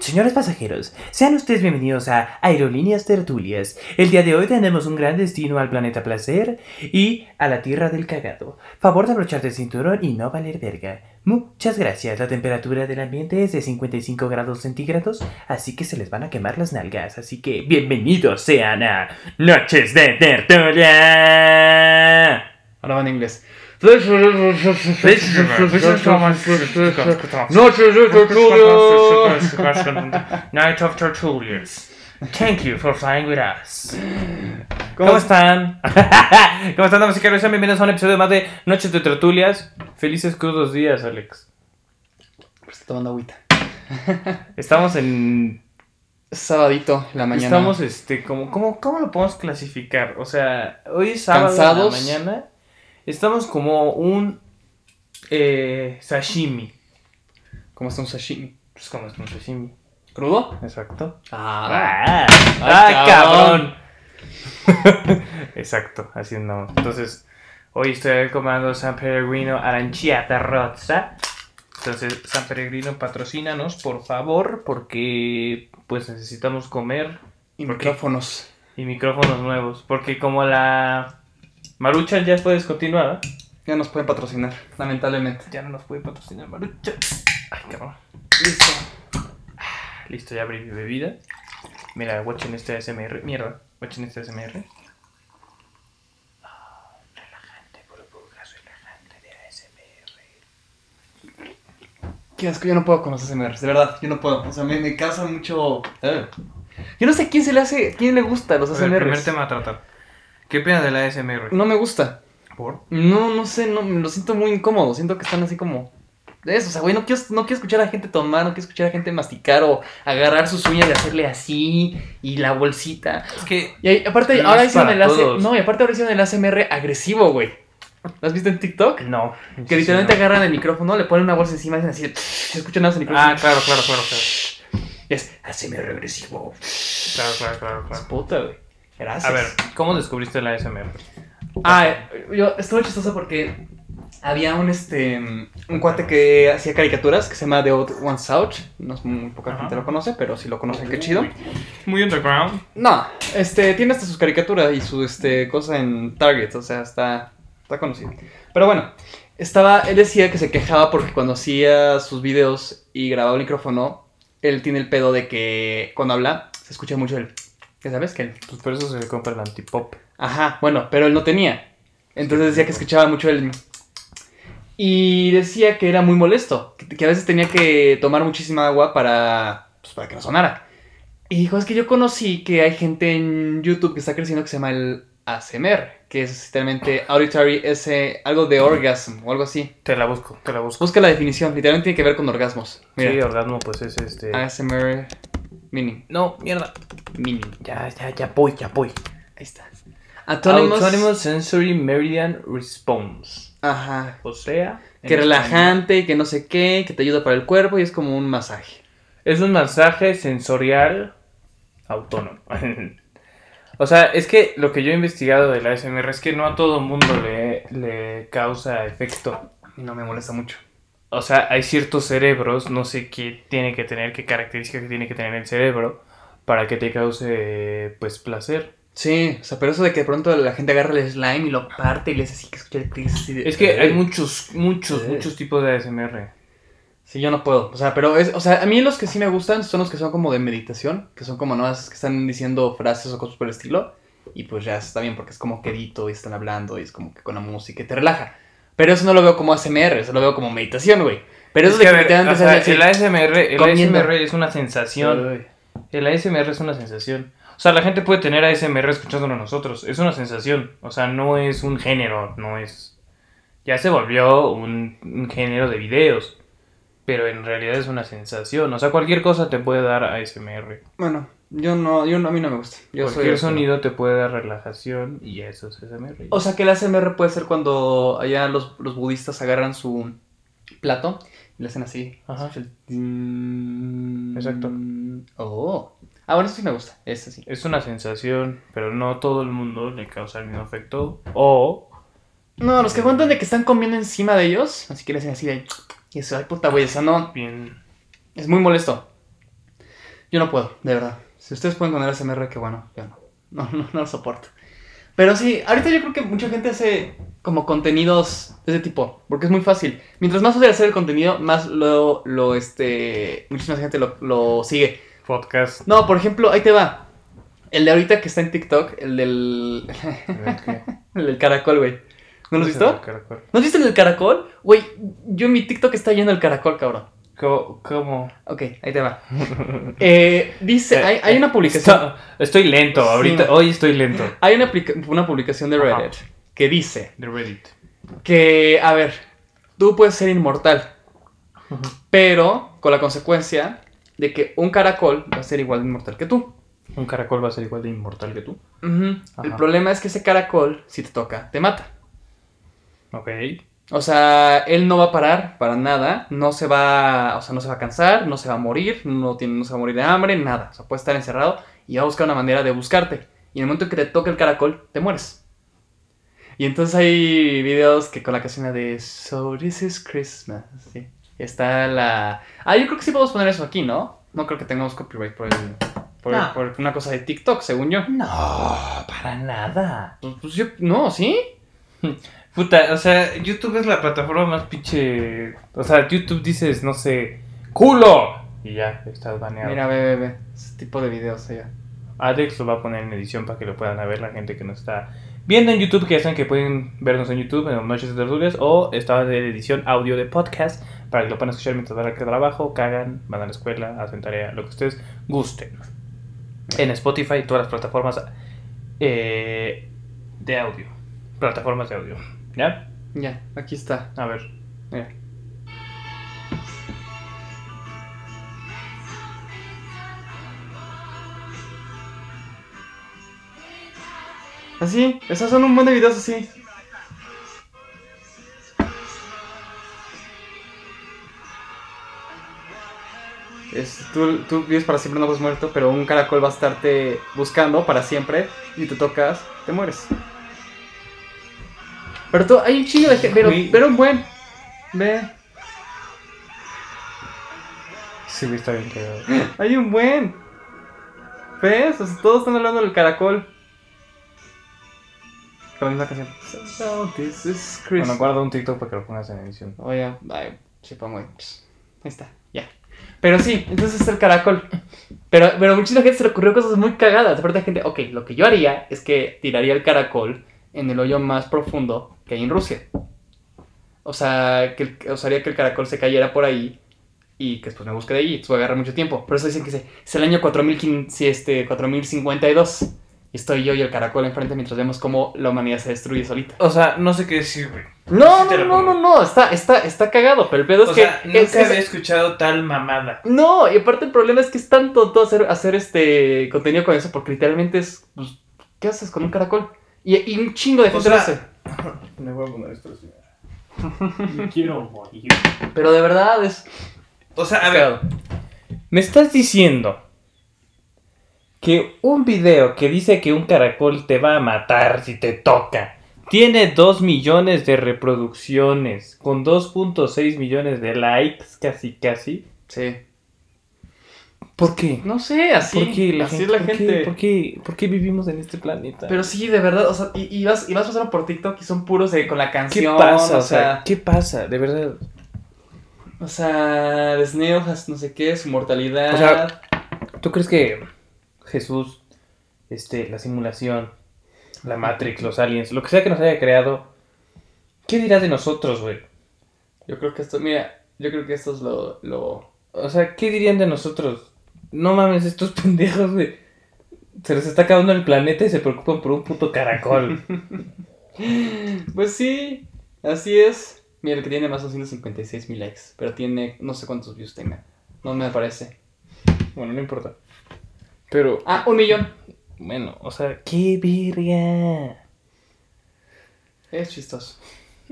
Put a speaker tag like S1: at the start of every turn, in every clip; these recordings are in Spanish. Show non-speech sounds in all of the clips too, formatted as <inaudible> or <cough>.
S1: Señores pasajeros, sean ustedes bienvenidos a Aerolíneas Tertulias. El día de hoy tenemos un gran destino al planeta placer y a la tierra del cagado. Favor de abrocharte el cinturón y no valer verga. Muchas gracias. La temperatura del ambiente es de 55 grados centígrados, así que se les van a quemar las nalgas. Así que bienvenidos sean a Noches de Tertulia.
S2: Ahora va en inglés.
S3: Noches de Tertulias. Night of Tertulians. Thank you for flying with us.
S1: ¿Cómo, están? <laughs> ¿Cómo están, damas y caballeros? Sean Bienvenidos a un episodio más de Noches de Tertulias. Felices crudos días, Alex.
S2: Está tomando agüita.
S1: Estamos en.
S2: Sabadito, en la mañana.
S1: Estamos, este, como, ¿cómo, ¿cómo lo podemos clasificar? O sea, hoy es sábado en
S2: Cansados.
S1: la mañana. Estamos como un. eh, sashimi.
S2: ¿Cómo está un sashimi?
S1: Pues como es un sashimi.
S2: ¿Crudo?
S1: Exacto. ¡Ah!
S2: Ah. Ay,
S1: ¡Ah, cabrón! <laughs> Exacto, así andamos. Entonces, hoy estoy en el comando San Peregrino Aranchiata Rosa. Entonces, San Peregrino, patrocínanos, por favor, porque pues necesitamos comer
S2: Y
S1: ¿Por qué?
S2: micrófonos.
S1: y micrófonos nuevos. Porque como la Maruchan ya fue descontinuada,
S2: Ya nos pueden patrocinar, lamentablemente.
S1: ya no nos puede patrocinar Maruchan. Ay, cabrón.
S2: Listo.
S1: Listo, ya abrí mi bebida. Mira, watchen este SMR. Mierda, watchen este SMR. Ah, relajante, burbujas relajante de ASMR.
S2: Qué asco, yo no puedo con los SMRs, de verdad, yo no puedo. O sea, me, me causa mucho. Eh. Yo no sé quién se le hace, quién le gusta los
S1: A ver, el primer
S2: SMRs.
S1: tema a tratar. ¿Qué opinas de la ASMR?
S2: No me gusta.
S1: ¿Por?
S2: No, no sé, no, lo siento muy incómodo. Siento que están así como. Eso, o sea, güey, no quiero, no quiero escuchar a gente tomar, no quiero escuchar a gente masticar o agarrar sus uñas y hacerle así y la bolsita.
S1: Es que
S2: Y ahí- aparte,
S1: No
S2: ahora
S1: es
S2: hicieron
S1: para
S2: el AC
S1: todos.
S2: No, y aparte ahora hicieron el ASMR agresivo, güey. ¿Lo has visto en TikTok?
S1: no.
S2: Que literalmente agarran el micrófono, le ponen una bolsa encima y hacen así. <laughs> Se escuchan nada más el micrófono.
S1: Ah, claro, claro, claro, claro.
S2: Y es ASMR agresivo.
S1: Claro, claro, claro,
S2: Es
S1: claro.
S2: puta, güey. Gracias.
S1: A ver, ¿cómo descubriste la ASMR?
S2: Ah, yo estuvo chistoso porque había un este un cuate que hacía caricaturas que se llama The Odd Ones Out. No es muy poca
S1: Ajá.
S2: gente lo conoce, pero si lo conocen, qué chido.
S1: Muy underground.
S2: No, este tiene hasta sus caricaturas y su este cosa en Target, o sea, está está conocido. Pero bueno, estaba él decía que se quejaba porque cuando hacía sus videos y grababa el micrófono, él tiene el pedo de que cuando habla se escucha mucho el ya sabes que el
S1: Pues por eso se le compra el antipop.
S2: Ajá, bueno, pero él no tenía. Entonces decía que escuchaba mucho el... Y decía que era muy molesto, que, que a veces tenía que tomar muchísima agua para, pues, para que no sonara. Y dijo, es que yo conocí que hay gente en YouTube que está creciendo que se llama el ASMR, que es literalmente auditory, ese, algo de orgasm o algo así.
S1: Te la busco, te la busco.
S2: Busca la definición, literalmente tiene que ver con orgasmos.
S1: Sí,
S2: Mira,
S1: orgasmo, pues es este.
S2: ASMR meaning,
S1: No, mierda.
S2: meaning,
S1: Ya, ya, ya voy, ya voy.
S2: ahí está. Autónimos.
S1: Autonomous Sensory Meridian Response.
S2: Ajá,
S1: O sea, en
S2: Que
S1: español.
S2: relajante, que no sé qué, que te ayuda para el cuerpo y es como un masaje.
S1: Es un masaje sensorial autónomo. <laughs> o sea, es que lo que yo he investigado de la ASMR es que no a todo mundo le, le causa efecto.
S2: Y no me molesta mucho.
S1: O sea, hay ciertos cerebros, no sé qué tiene que tener, qué característica que tiene que tener el cerebro para que te cause pues placer.
S2: Sí, o sea, pero eso de que de pronto la gente agarra el slime y lo parte y le hace así que escucha el clic. así de-
S1: Es que hay
S2: Eh.
S1: muchos, muchos,
S2: Eh.
S1: muchos tipos de ASMR.
S2: Sí, yo no puedo. O sea, pero es, o sea, a mí los que sí me gustan son los que son como de meditación, que son como nomás que están diciendo frases o cosas por el estilo. Y pues ya está bien porque es como quedito y están hablando y es como que con la música y te relaja. Pero eso no lo veo como ASMR, eso lo veo como meditación, güey. Pero eso
S1: Es que,
S2: de
S1: a
S2: que
S1: ver,
S2: literalmente
S1: o
S2: se
S1: sea,
S2: hace
S1: el
S2: así.
S1: ASMR, el
S2: comiendo.
S1: ASMR es una sensación.
S2: Ay.
S1: El ASMR es una sensación. O sea, la gente puede tener ASMR escuchándonos nosotros. Es una sensación. O sea, no es un género, no es. Ya se volvió un, un género de videos. Pero en realidad es una sensación. O sea, cualquier cosa te puede dar ASMR.
S2: Bueno, yo no, yo no, a mí no me gusta. Yo soy
S1: cualquier
S2: así, ¿no?
S1: sonido te puede dar relajación y eso es ASMR.
S2: O sea que el ASMR puede ser cuando allá los, los budistas agarran su plato y le hacen así.
S1: Ajá.
S2: Escucha el tin.
S1: Exacto.
S2: Oh. Ah, bueno, eso sí me gusta. Eso sí.
S1: es una sensación, pero no todo el mundo le causa el mismo efecto. O
S2: No, los que cuentan de que están comiendo encima de ellos, así que le hacen así de. Y eso, ay puta, güey, eso no.
S1: bien.
S2: Es muy molesto. Yo no puedo, de verdad. Si ustedes pueden con el ASMR, que bueno, yo no. No, no, no lo soporto. Pero sí, ahorita yo creo que mucha gente hace como contenidos de ese tipo, porque es muy fácil. Mientras más fácil hacer el contenido, más lo, lo este, muchísima gente lo, lo sigue.
S1: Podcast.
S2: No, por ejemplo, ahí te va. El de ahorita que está en TikTok, el del, <laughs> el del caracol, güey. <laughs> ¿No lo has visto? ¿No has visto el del caracol? Güey, yo en mi TikTok está yendo el caracol, cabrón.
S1: ¿Cómo? cómo?
S2: Ok, ahí te
S1: <laughs>
S2: va. Eh, dice, hay, hay una publicación.
S1: Está- estoy lento,
S2: Sí.
S1: ahorita, hoy estoy lento.
S2: Hay una, aplica- una publicación de
S1: Ajá.
S2: Reddit que dice
S1: De Reddit.
S2: que, a ver, tú puedes ser inmortal, pero con la consecuencia de que un caracol va a ser igual de inmortal que tú.
S1: Un caracol va a ser igual de inmortal que tú.
S2: Ujú. El
S1: Ajá.
S2: problema es que ese caracol, si te toca, te mata.
S1: Ok.
S2: O sea, él no va a parar para nada, no se va, o sea, no se va a cansar, no se va a morir, no, tiene, no se va a morir de hambre, nada. O sea, puede estar encerrado y va a buscar una manera de buscarte. Y en el momento en que te toca el caracol, te mueres. Y entonces hay videos que con la canción de So This Is Christmas. sí. Está la... Ah, yo creo que sí podemos poner eso aquí, ¿no? No creo que tengamos copyright por, el- por,
S4: No.
S2: por una cosa de TikTok, según yo.
S4: No, para nada.
S2: Pues, pues yo... No, ¿sí?
S1: Puta, o sea, YouTube es la plataforma más pinche. O sea, YouTube dices, no sé, ¡culo! Y ya, estás baneado.
S2: Mira, ve, ve, ve. Ese tipo de videos allá.
S1: Alex lo va a poner en edición para que lo puedan ver la gente que nos está viendo en YouTube, que ya saben que pueden vernos en YouTube en Noches de Tertulias o está en edición audio de podcast para que lo puedan escuchar mientras van al trabajo, cagan, van a la escuela, hacen tarea, lo que ustedes gusten. En Spotify y todas las plataformas eh, de audio. Plataformas de audio. ¿Ya?
S2: Ya, aquí está.
S1: A ver.
S2: Mira. Así, esos son un buen de videos así. Es, tú, tú vives para siempre, no vas muerto, pero un caracol va a estarte buscando para siempre y te tocas, te mueres. Pero tú, hay un chingo de gente, pero,
S1: Güey.
S2: pero un buen. Ve,
S1: Sí, está bien quedado.
S2: <laughs> hay un buen. ¿Ves? O sea, todos están hablando del caracol. Con la misma canción. So this is Christmas.
S1: Bueno, guarda un TikTok para que lo pongas en edición.
S2: Oye, ay, sepa muy. Ahí está, ya. Pero sí, entonces es el caracol. Pero, pero a muchísima gente se le ocurrió cosas muy cagadas. Aparte, la gente, ok, lo que yo haría es que tiraría el caracol en el hoyo más profundo que hay en Rusia. O sea, que el- o sea, haría que el caracol se cayera por ahí y que después me busque de allí. Eso va a agarrar mucho tiempo. Por eso dicen que se- es el año 4000, sí, este, 4052. Y estoy yo y el caracol enfrente mientras vemos cómo la humanidad se destruye solita.
S1: O sea, no sé qué decir, güey.
S2: No,
S1: Sí te
S2: no,
S1: lo
S2: no, no,
S1: juro.
S2: no, está, está, está cagado, pero el pedo es
S1: O
S2: que.
S1: sea, nunca
S2: es- es-
S1: había escuchado tal mamada.
S2: No, y aparte el problema es que es tan tonto hacer, hacer este contenido con eso, porque literalmente es. pues, ¿Qué haces con un caracol? Y, y un chingo de
S1: O
S2: gente
S1: sea-
S2: lo hace.
S1: <laughs> Me voy a poner esto <laughs> así. Quiero morir.
S2: Pero de verdad es.
S1: O sea, a
S2: es
S1: ver,
S2: cagado.
S1: me estás diciendo que un video que dice que un caracol te va a matar si te toca tiene 2 millones de reproducciones con 2.6 millones de likes, casi casi.
S2: Sí.
S1: ¿Por qué?
S2: No sé, así.
S1: ¿Por qué
S2: así es la
S1: por qué-
S2: gente.
S1: ¿por, qué, por qué vivimos en este planeta?
S2: Pero sí, de verdad, o sea, y, y vas, y vas pasando por TikTok y son puros de, con la
S1: ¿Qué
S2: canción.
S1: pasa?
S2: O sea,
S1: ¿qué pasa? De verdad.
S2: o sea, de Snail, has- no sé qué, su mortalidad.
S1: O sea, ¿Tú crees que Jesús, este, la simulación, la Matrix, los aliens, lo que sea que nos haya creado, ¿qué dirá de nosotros, güey?
S2: yo creo que esto, mira, yo creo que esto es lo- lo,
S1: O sea, ¿qué dirían de nosotros? No mames, estos <laughs> pendejos, güey. Se les está acabando el planeta y se preocupan por un puto
S2: <laughs>
S1: caracol.
S2: Pues sí, así es. Mira, el que tiene más de 256 mil likes, pero tiene no sé cuántos views tenga. No me aparece.
S1: bueno, no importa. Pero,
S2: Ah, un millón.
S1: bueno, o sea, qué verga.
S2: Es chistoso.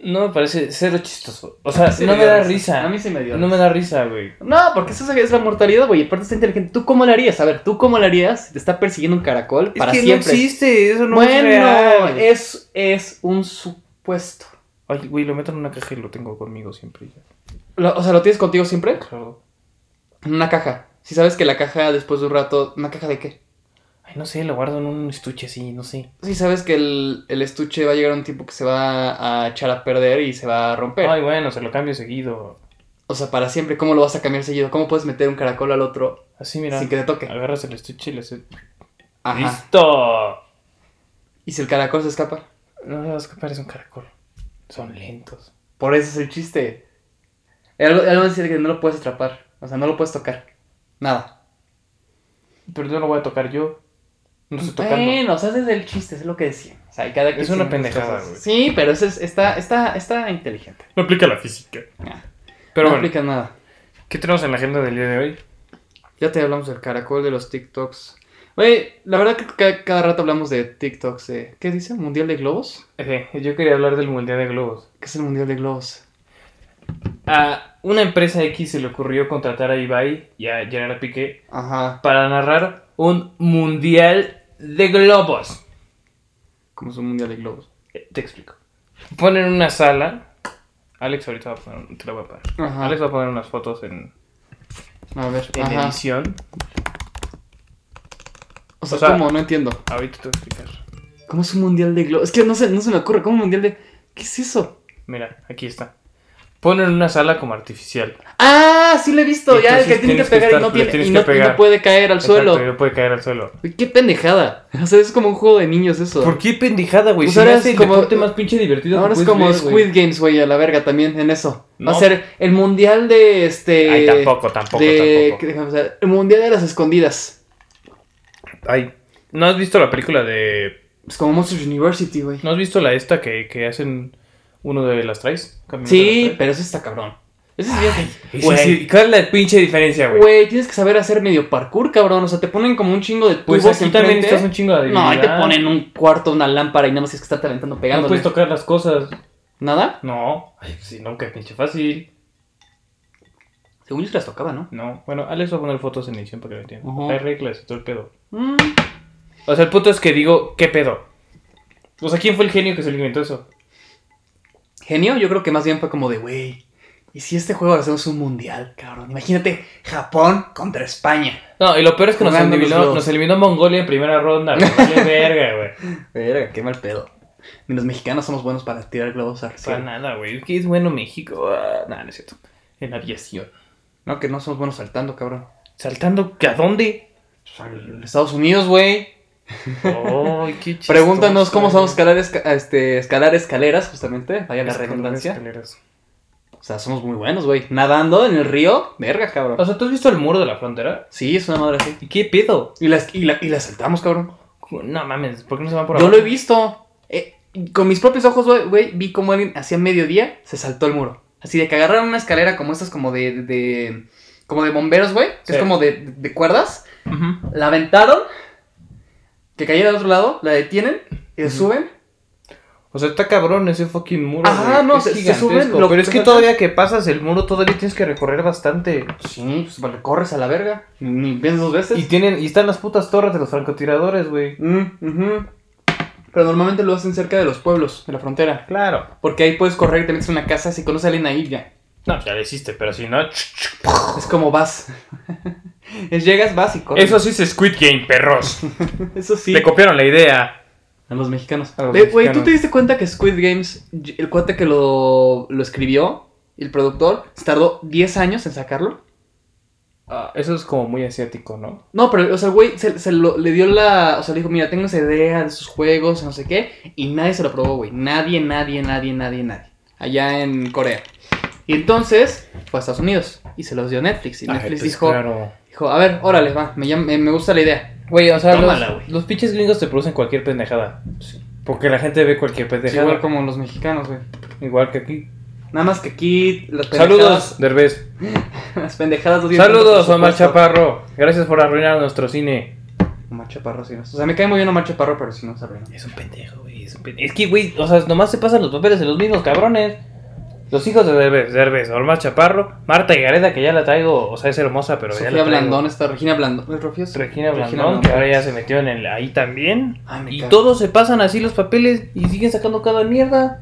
S1: No me parece cero chistoso. O sea,
S2: Sí
S1: no me
S2: dio
S1: da risa.
S2: A mí sí me dio
S1: No me
S2: risa.
S1: da risa, güey.
S2: No, porque eso es la mortalidad, güey. y Aparte está inteligente. ¿Tú cómo le harías? A ver, ¿tú cómo le harías? si Te está persiguiendo un caracol para siempre.
S1: existe, eso
S2: bueno, es, es un supuesto.
S1: Ay, güey, lo meto en una caja y lo tengo conmigo siempre. y Ya.
S2: Lo- o sea, ¿lo tienes contigo siempre?
S1: Claro.
S2: En una caja. Si sabes que la caja después de un rato, ¿una caja de qué?
S1: Ay, no sé, lo guardo en un estuche así, no sé.
S2: Si sabes que el, el estuche va a llegar a un tiempo que se va a echar a perder y se va a romper.
S1: Ay, bueno, se lo cambio seguido.
S2: O sea, para siempre, ¿cómo lo vas a cambiar seguido? ¿Cómo puedes meter un caracol al otro
S1: Así, mira.
S2: sin que te toque?
S1: Agarras el estuche y le haces-
S2: Ajá.
S1: ¡Listo!
S2: ¿Y si el caracol se escapa?
S1: No se va a escapar, es un caracol. Son lentos.
S2: Por eso es el chiste. Algo, algo decir que no lo puedes atrapar. O sea, no lo puedes tocar. Nada.
S1: Pero yo no voy a tocar yo. No estoy tocando.
S2: Bueno, o sea, ese es el chiste, es lo que decía. O sea, y cada quien
S1: Es una
S2: tiene sus
S1: pendejada,
S2: cosas.
S1: güey.
S2: Sí, pero eso es, está, está, está inteligente.
S1: No aplica la física.
S2: Ah.
S1: Pero
S2: no
S1: bueno,
S2: aplica nada.
S1: ¿qué tenemos en la agenda del día de hoy?
S2: Ya te hablamos del caracol, de los TikToks. Güey, la verdad que ca- cada rato hablamos de TikToks. eh, ¿Qué dice? ¿Mundial de globos?
S1: Eh, yo quería hablar del Mundial de Globos.
S2: ¿Qué es el Mundial de globos?
S1: A una empresa X se le ocurrió contratar a Ibai y a Gerard Piqué
S2: Ajá.
S1: para narrar un Mundial de Globos.
S2: ¿Cómo es un Mundial de globos?
S1: Eh, Te explico. Ponen una sala. Alex ahorita va a poner, te la voy a parar.
S2: Ajá.
S1: Alex va a poner unas fotos en,
S2: A ver.
S1: en
S2: Ajá.
S1: edición.
S2: O sea,
S1: o sea-
S2: ¿cómo? No entiendo.
S1: Ahorita te voy a explicar.
S2: ¿Cómo es un mundial de globos? Es que no se, no se me ocurre. ¿Cómo un mundial de.? ¿Qué es eso?
S1: Mira, aquí está. Ponen una sala como artificial.
S2: ¡Ah! Sí lo he visto. ya el
S1: Entonces
S2: que tiene que
S1: tienes que
S2: pegar
S1: estar-
S2: y no
S1: le
S2: tiene.
S1: tienes
S2: Y
S1: que
S2: no, y
S1: pegar.
S2: no puede caer al
S1: Exacto,
S2: suelo.
S1: y no puede caer al suelo.
S2: Uy, ¡Qué pendejada! O sea, es como un juego de niños eso.
S1: ¿Por qué pendejada, güey?
S2: Pues
S1: Se me
S2: ahora
S1: hace
S2: es
S1: el
S2: como-
S1: deporte más pinche divertido. que
S2: Ahora es
S1: puedes
S2: como
S1: ver,
S2: Squid
S1: güey.
S2: Games, güey, a la verga también en eso.
S1: No.
S2: Va a ser el mundial de este.
S1: Ay, tampoco, tampoco,
S2: de,
S1: tampoco.
S2: déjame pensar, el mundial de las escondidas.
S1: Ay, ¿no has visto la película de...
S2: Es como Monsters University, güey.
S1: ¿No has visto la esta que, que hacen uno de las trays?
S2: sí, pero eso está cabrón. Eso es bien.
S1: Güey, ¿cuál es la pinche diferencia, güey?
S2: Güey, tienes que saber hacer medio parkour, cabrón. O sea, te ponen como un chingo de tubos
S1: Pues aquí también
S2: enfrente.
S1: estás un chingo de
S2: No, ahí te
S1: habilidad.
S2: ponen un cuarto, una lámpara y nada más tienes que estarte aventando
S1: No
S2: pegándole.
S1: puedes tocar las cosas.
S2: ¿Nada?
S1: No. Ay, pues sí, no, qué pinche fácil.
S2: Según yo te las tocaba, ¿no?
S1: No. Bueno, Alex va a poner fotos en edición para que lo entiendan.
S2: Ujú.
S1: Hay reglas y todo el pedo.
S2: Mm,
S1: O sea, el punto es que digo, ¿qué pedo? O sea, ¿quién fue el genio que se le inventó eso?
S2: Genio, yo creo que más bien fue como de, güey, ¿y si este juego lo hacemos un mundial, cabrón? Imagínate Japón contra España.
S1: No, y lo peor es que nos
S2: Jugando los
S1: eliminó,
S2: globos.
S1: nos eliminó Mongolia en primera <laughs> ronda. güey. Vale verga, güey.
S2: Verga, qué mal pedo. Ni los mexicanos somos buenos para tirar globos al
S1: Para
S2: cielo.
S1: nada, güey. ¿Qué es bueno México? Ah, nada, no es cierto. En aviación.
S2: No, que no somos buenos saltando, cabrón.
S1: ¿Saltando? ¿A dónde?
S2: Estados Unidos, güey.
S1: Ay, <laughs> qué chistoso.
S2: Pregúntanos cómo sabemos escalar, esca- este, escalar escaleras, justamente. Vaya la
S1: Escaleras,
S2: redundancia.
S1: escaleras.
S2: O sea, somos muy buenos, güey. Nadando en el río, verga,
S1: O
S2: cabrón.
S1: sea, ¿tú has visto el muro de la frontera?
S2: Sí, es una madre así.
S1: ¿Y qué pedo?
S2: Y las, y la, y las saltamos, cabrón.
S1: No mames, ¿por qué no se van por
S2: Yo
S1: abajo?
S2: lo he visto. Eh, con mis propios ojos, güey, güey, vi cómo alguien hacía mediodía, se saltó el muro. Así de que agarraron una escalera como estas, como de. de- de- como de bomberos, güey. Que
S1: Sí.
S2: es como de, de cuerdas.
S1: Ujú.
S2: La aventaron. Que cayera al otro lado, la detienen, y la
S1: Ujú.
S2: suben.
S1: O sea, está cabrón ese fucking muro.
S2: Ajá,
S1: güey.
S2: no,
S1: es
S2: se- se
S1: gigantesco.
S2: suben, lo-
S1: Pero es que
S2: o sea,
S1: todavía que pasas el muro, todavía tienes que recorrer bastante.
S2: Sí, pues le corres a la verga. Ni piensas dos veces.
S1: Y tienen, y están las putas torres de los francotiradores, güey.
S2: Mm, ujú. Pero normalmente lo hacen cerca de los pueblos, de la frontera.
S1: Claro.
S2: Porque ahí puedes correr y te metes en una casa. Si conoces a alguien ahí, ya.
S1: No, ya lo hiciste, pero si no.
S2: Es como vas. <laughs> es llegas, vas y corres.
S1: Eso sí es Squid Game, perros.
S2: <laughs> Eso sí.
S1: Le copiaron la idea.
S2: a los mexicanos.
S1: A los
S2: Le- Güey, ¿tú
S1: mexicanos.
S2: te diste cuenta que Squid Games, y- el cuate que lo, lo escribió, el productor, se tardó 10 años en sacarlo?
S1: Ah, eso es como muy asiático, ¿no?
S2: No, pero, o sea, el güey se, se lo, le dio la. O sea, le dijo, mira, tengo esa idea de sus juegos, no sé qué. Y nadie se lo probó, güey. Nadie, nadie, nadie, nadie, nadie. Allá en Corea. Y entonces fue a Estados Unidos y se los dio Netflix. Y Netflix
S1: pues
S2: dijo,
S1: Claro.
S2: dijo, a ver, órale, va, me, llama- me- me gusta la idea.
S1: Güey, o sea,
S2: Tómala,
S1: los,
S2: güey.
S1: los pinches gringos te producen cualquier pendejada. Porque la gente ve cualquier
S2: Es
S1: pendejada.
S2: igual como los mexicanos, güey.
S1: Igual que aquí.
S2: Nada más que aquí las
S1: Saludos, Derbez.
S2: pendejadas- <laughs> Las pendejadas no tienen tanto
S1: Saludos, Omar
S2: presupuesto.
S1: Chaparro. Gracias por arruinar nuestro cine.
S2: Omar Chaparro, sí. no. O sea, me cae muy bien Omar Chaparro, pero si no se arruina.
S1: Es un pendejo, güey. Es, que, güey, o sea, nomás se pasan los papeles de los mismos cabrones. Los hijos de Derbez, Derbez, Omar Chaparro, Marta Gareda, que ya la traigo, o sea, es hermosa, pero ya
S2: Sofía
S1: la traigo.
S2: Blandón está, Regina Blandón. ¿Es Rufio?
S1: Regina Blandón, que ahora ya se metió en el ahí también.
S2: Ay, me
S1: Y
S2: cago.
S1: todos se pasan así los papeles y siguen sacando cada mierda.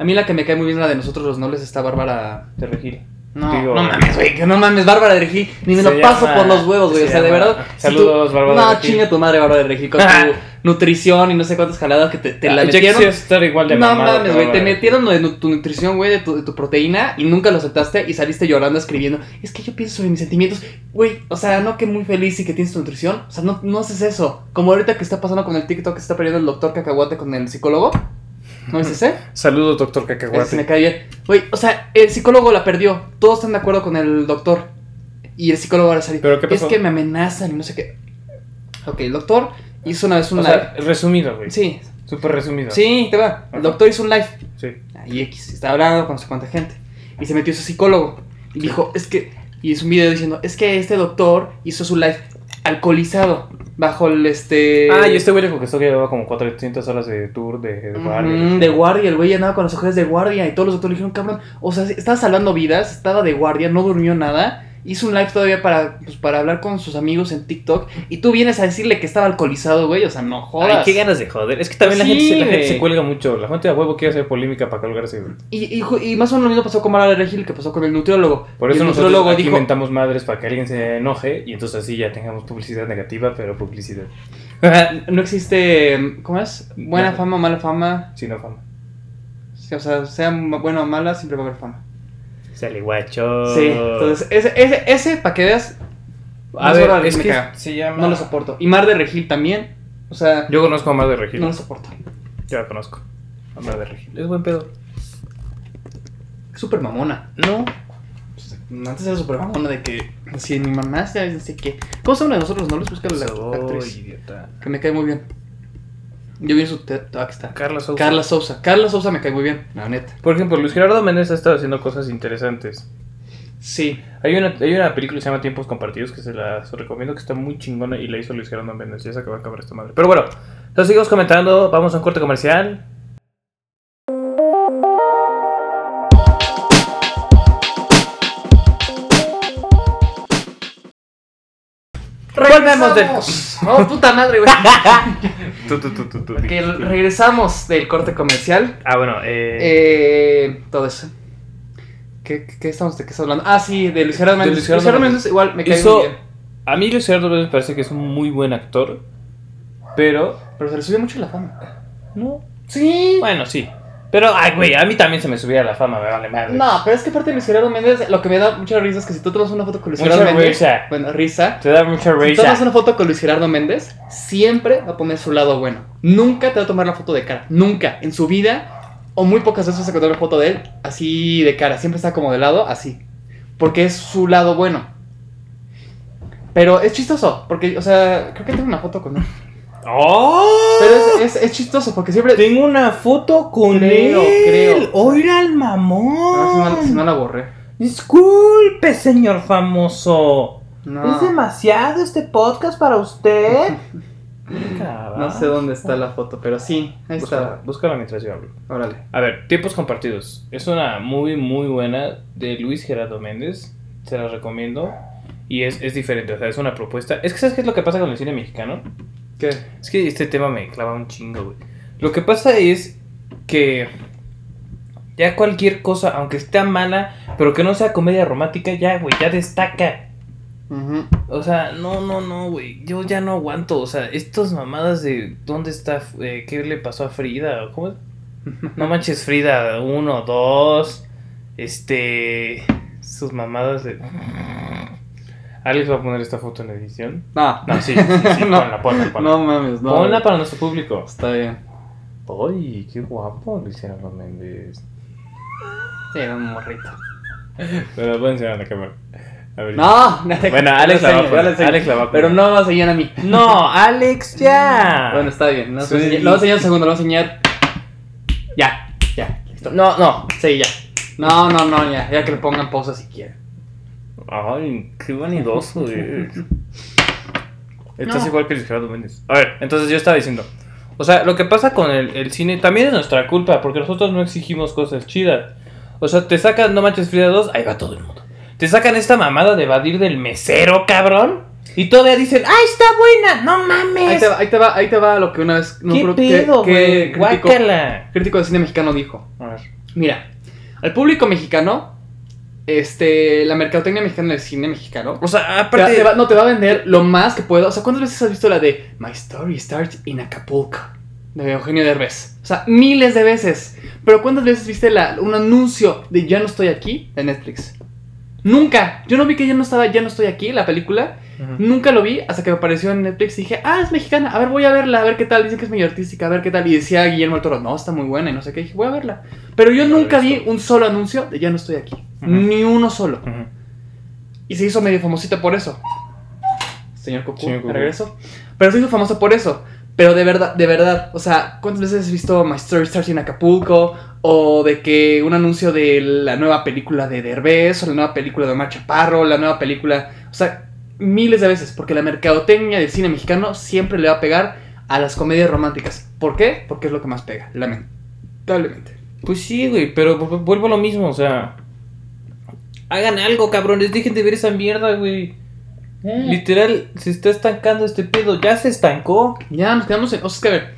S2: A mí la que me cae muy bien, la de nosotros los nobles, está Bárbara.
S1: De Regil.
S2: No,
S1: Digo- eh,
S2: no mames, güey. que No mames, Bárbara de Regil. Ni me
S1: Se
S2: lo paso
S1: llama-
S2: por los huevos, güey. O
S1: se
S2: sea, de
S1: llama-
S2: verdad. si
S1: Saludos,
S2: tú-
S1: Bárbara
S2: No,
S1: de Regil.
S2: chinga tu madre, Bárbara de Regil.
S1: <laughs>
S2: Con tu nutrición y no sé cuántas jaladas que te, te la
S1: Ah, Jack
S2: metieron.
S1: sí va a estar igual de
S2: No
S1: mamado
S2: mames,
S1: que
S2: güey. Te
S1: Bárbara.
S2: metieron lo de nu- tu nutrición, güey, de tu, de tu proteína y nunca lo aceptaste y saliste llorando escribiendo. Es que yo pienso sobre mis sentimientos. Güey, o sea, no que muy feliz y que tienes tu nutrición. O sea, no, no haces eso. Como ahorita que está pasando con el TikTok que se está peleando el doctor cacahuate con el psicólogo. ¿No
S1: <laughs>
S2: es ese?
S1: Saludos, doctor
S2: Ese se me
S1: Cacahuate.
S2: cae bien. Güey, o sea, el psicólogo la perdió. Todos están de acuerdo con el doctor. Y el psicólogo ahora salió.
S1: ¿Pero qué pasó?
S2: Es que me amenazan y no sé qué. Ok, el doctor hizo una vez un
S1: O
S2: live.
S1: sea, resumido, güey.
S2: sí,
S1: Súper resumido.
S2: sí, te va.
S1: Ajá.
S2: El doctor hizo un live.
S1: Sí.
S2: Ahí X, está hablando con no sé cuánta gente. Y se metió su psicólogo. Y dijo, es que. Y hizo un video diciendo, es que este doctor hizo su live alcoholizado. Bajo el este.
S1: Ah, y este güey le confesó que llevaba como 400 horas de tour de, de
S2: Ujú,
S1: guardia.
S2: de guardia, el güey andaba con las ojeras de guardia y todos los doctores le dijeron, cabrón, o sea, estaba salvando vidas, estaba de guardia, no durmió nada, hizo un live todavía para, pues, para hablar con sus amigos en TikTok y tú vienes a decirle que estaba alcoholizado, güey, o sea, no
S4: Ay,
S2: jodas.
S4: qué ganas de joder. Es que también
S2: Sí,
S4: la gente se
S1: La gente
S2: güey.
S1: se cuelga mucho. La gente a huevo quiere hacer polémica para colgarse. güey.
S2: y, y ju- y más o menos lo mismo pasó con Mara Regil que pasó con el nutriólogo.
S1: Por
S2: Y
S1: eso
S2: el
S1: nosotros
S2: nutriólogo
S1: aquí
S2: dijo,
S1: inventamos madres para que alguien se enoje y entonces así ya tengamos publicidad negativa, pero publicidad
S2: <laughs> no existe, ¿cómo es? Buena
S1: No.
S2: fama o mala fama,
S1: sin fama.
S2: Sí, o sea, sea buena o mala, siempre va a haber fama.
S4: Sale guacho.
S2: Sí, entonces ese, ese, ese para que veas,
S1: A
S2: no
S1: ver,
S2: solo
S1: es
S2: me
S1: que
S2: caga.
S1: se llama...
S2: no lo soporto. Y Mar de Regil también, o sea...
S1: Yo conozco a Mar de Regil.
S2: No lo soporto.
S1: Yo la conozco. A Mar de Regil. Es buen pedo.
S2: Súper mamona.
S4: No.
S2: Antes era súper mamona de que. Así, mi mamá se dice que. ¿Cómo se llama de nosotros? No les busca la
S1: Soy
S2: actriz.
S1: idiota.
S2: Que me cae muy bien. Yo vi su. TED Talk, está.
S1: Carla Sousa.
S2: Carla Sousa. Carla Sousa me cae muy bien, la neta.
S1: Por ejemplo, Luis Gerardo Méndez ha estado haciendo cosas interesantes.
S2: Sí.
S1: Hay una, hay una película que se llama Tiempos Compartidos que se las recomiendo, que está muy chingona y la hizo Luis Gerardo Méndez. Ya se acabó de acabar esta madre. Pero bueno, lo seguimos comentando. Vamos a un corte comercial. Volvemos del.
S2: <laughs> ¡Oh, puta madre, güey!
S1: Tú, tú, tú, tú, tú.
S2: Ok, regresamos del corte comercial.
S1: Ah, bueno, eh.
S2: Eh. Todo eso. ¿Qué, qué- qué estamos, ¿De qué estás hablando? Ah, sí, de Luis Gerardo
S1: De
S2: Méndez.
S1: Luis Gerardo
S2: Gerardo
S1: Méndez.
S2: Méndez igual me cae
S1: hizo.
S2: muy bien.
S1: A mí Luis Gerardo Méndez me parece que es un muy buen actor, pero.
S2: Pero se le subió mucho la fama.
S1: No.
S2: Sí.
S1: Bueno, sí. Pero, ay, güey, a mí también se me subía la fama, me vale madre.
S2: No, pero es que aparte de Luis Gerardo Méndez, lo que me da mucha risa es que si tú tomas una foto con Luis
S1: Mucha
S2: Gerardo Méndez.
S1: risa.
S2: Bueno, risa.
S1: Te da mucha
S2: Si
S1: risa.
S2: tomas una foto con Luis Gerardo Méndez, siempre va a poner su lado bueno. Nunca te va a tomar la foto de cara. Nunca. En su vida, o muy pocas veces se tomar la foto de él así de cara. Siempre está como de lado, así. Porque es su lado bueno. Pero es chistoso, porque, o sea, creo que tengo una foto con él.
S1: ¡Oh!
S2: Pero es, es- es chistoso, porque siempre.
S1: Tengo una foto con
S2: Creo,
S1: él.
S2: creo.
S4: Oiga al
S2: Ah, si no, si
S4: mamón.
S2: no la borré.
S4: Disculpe, señor famoso.
S2: No.
S4: Es demasiado este podcast para usted.
S2: <laughs> No sé dónde está la foto, pero sí, ahí
S1: Búscala,
S2: está.
S1: búscala mientras yo hablo.
S2: Órale.
S1: A ver, tiempos compartidos. Es una muy, muy buena de Luis Gerardo Méndez. Se la recomiendo. Y es, es diferente, o sea, es una propuesta. Es que, ¿sabes qué es lo que pasa con el cine mexicano?
S2: ¿Qué?
S1: Es que este tema me clava un chingo, güey. Lo que pasa es que ya cualquier cosa, aunque esté mala, pero que no sea comedia romántica, ya, güey, ya destaca. O sea, no, no, no, güey. Yo ya no aguanto. O sea, estas mamadas de dónde está, eh, qué le pasó a Frida. o <laughs> ¿Cómo? es? No manches, Frida. Uno, dos. Este. Sus mamadas de. Alex va a poner esta foto en edición.
S2: No,
S1: No, sí, sí, <laughs> sí,
S2: No.
S1: ponla, ponla, ponla.
S2: Ah, no mames, no.
S1: ponla para nuestro público.
S2: Está bien.
S1: Ay, qué guapo, Luciano Méndez.
S2: Sí, era un morrito.
S1: Pero voy a enseñar a la cámara. A ver.
S2: No, no te-
S1: Bueno,
S2: no
S1: Alex
S2: lo
S1: la va a
S2: enseñes,
S1: poner,
S2: no lo enseñes.
S1: Alex la va a poner. Ah.
S2: Pero no va a enseñar a mí.
S4: No, Alex, ya.
S2: Bueno, está bien. No,
S1: Sí.
S2: lo voy a enseñar un segundo, lo voy a enseñar. Ya, ya, listo.
S4: no, no.
S2: Sí, ya. No, no, no, ya. Ya que le pongan pausa si quieren.
S1: Ay, qué vanidoso
S2: <laughs>
S1: eres. Estás
S2: No.
S1: igual que Luis Gerardo Méndez. A ver, entonces yo estaba diciendo. O sea, lo que pasa con el, el cine también es nuestra culpa, porque nosotros no exigimos cosas chidas. O sea, te sacan No Manches Frida 2, ahí va todo el mundo. Te sacan esta mamada de evadir del mesero, cabrón. Y todavía dicen, ¡ay, está buena! ¡No
S2: Ahí
S4: mames!
S2: te va, ahí te va, ahí te va lo que una vez. no
S4: ¿Qué
S2: creo- que-
S4: pedo,
S2: que
S4: güey?
S2: crítico-
S4: Guácala.
S2: Crítico de cine mexicano dijo.
S1: A ver.
S2: Mira, al público mexicano Este, la mercadotecnia mexicana del cine mexicano.
S1: O sea,
S2: te-
S1: aparte.
S2: te va- no, te va a vender lo más que pueda. O sea, ¿cuántas veces has visto la de My Story Starts in Acapulco? De Eugenio Derbez. O sea, miles de veces. Pero ¿cuántas veces viste la- un anuncio de Ya no estoy aquí de Netflix? Nunca. Yo no vi que ya no estaba Ya no estoy aquí, la película.
S1: Ujú.
S2: Nunca lo vi hasta que apareció en Netflix y dije, ah, es mexicana, a ver, voy a verla, a ver qué tal, dicen que es medio artística, a ver qué tal. Y decía Guillermo del Toro, no, está muy buena y no sé qué, dije, voy a verla. Pero yo
S1: No la he
S2: nunca vi
S1: visto.
S2: un solo anuncio de ya no estoy aquí,
S1: Ujú.
S2: ni uno solo.
S1: Ujú.
S2: Y se hizo medio famosita por eso. Señor Cucú,
S1: Señor Cucú.
S2: de regreso. Pero se hizo famosa por eso. Pero de verdad, de verdad, o sea, ¿cuántas veces has visto My Story Starts in Acapulco? O de que un anuncio de la nueva película de Derbez, o la nueva película de Omar Chaparro, la nueva película. O sea, miles de veces, porque la mercadotecnia del cine mexicano siempre le va a pegar a las comedias románticas. ¿Por qué? Porque es lo que más pega, lamentablemente.
S1: Pues sí, güey, pero vu- vuelvo a lo mismo, o sea. Hagan algo, cabrones, dejen de ver esa mierda, güey.
S2: Eh.
S1: Literal, se está estancando este pedo, ya se estancó.
S2: Ya nos quedamos en. O sea, es que a ver.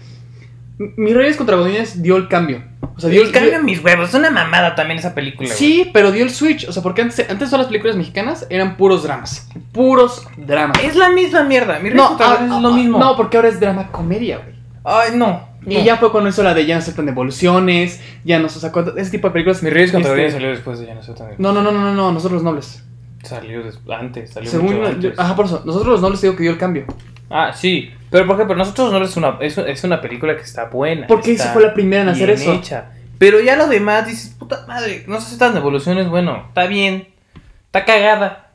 S2: M- Mis Reyes contra Godines dio el cambio. O sea, dio el cambio.
S1: Cargan mis huevos, es una mamada también esa película, güey.
S2: Sí, pero dio el switch. O sea, porque antes, antes todas las películas mexicanas eran puros dramas. Puros dramas.
S1: Es la misma mierda, mi
S2: No,
S1: no,
S2: ah,
S1: es
S2: ah,
S1: lo
S2: ah,
S1: mismo.
S2: No, porque ahora es drama comedia, güey.
S1: Ay, no.
S2: Y ya fue cuando hizo la de ya no aceptan devoluciones, ya no, o sea, cuánto- ese tipo de películas.
S1: Mis Reyes contra
S2: Este,
S1: Godines salió después de Ya no sé tan
S2: No, no, no, no, no, no, nosotros los nobles.
S1: Salió des- antes, salió
S2: Según.
S1: mucho antes.
S2: Ajá, por eso. Nosotros los nobles te digo que dio el cambio.
S1: Ah, sí. Pero por ejemplo, nosotros no es una, es, es una película que está buena.
S2: Porque
S1: está
S2: esa fue la primera en hacer
S1: bien
S2: eso.
S1: hecha. Pero ya lo demás dices, puta madre, no sé si estas devoluciones, bueno, está bien, está cagada.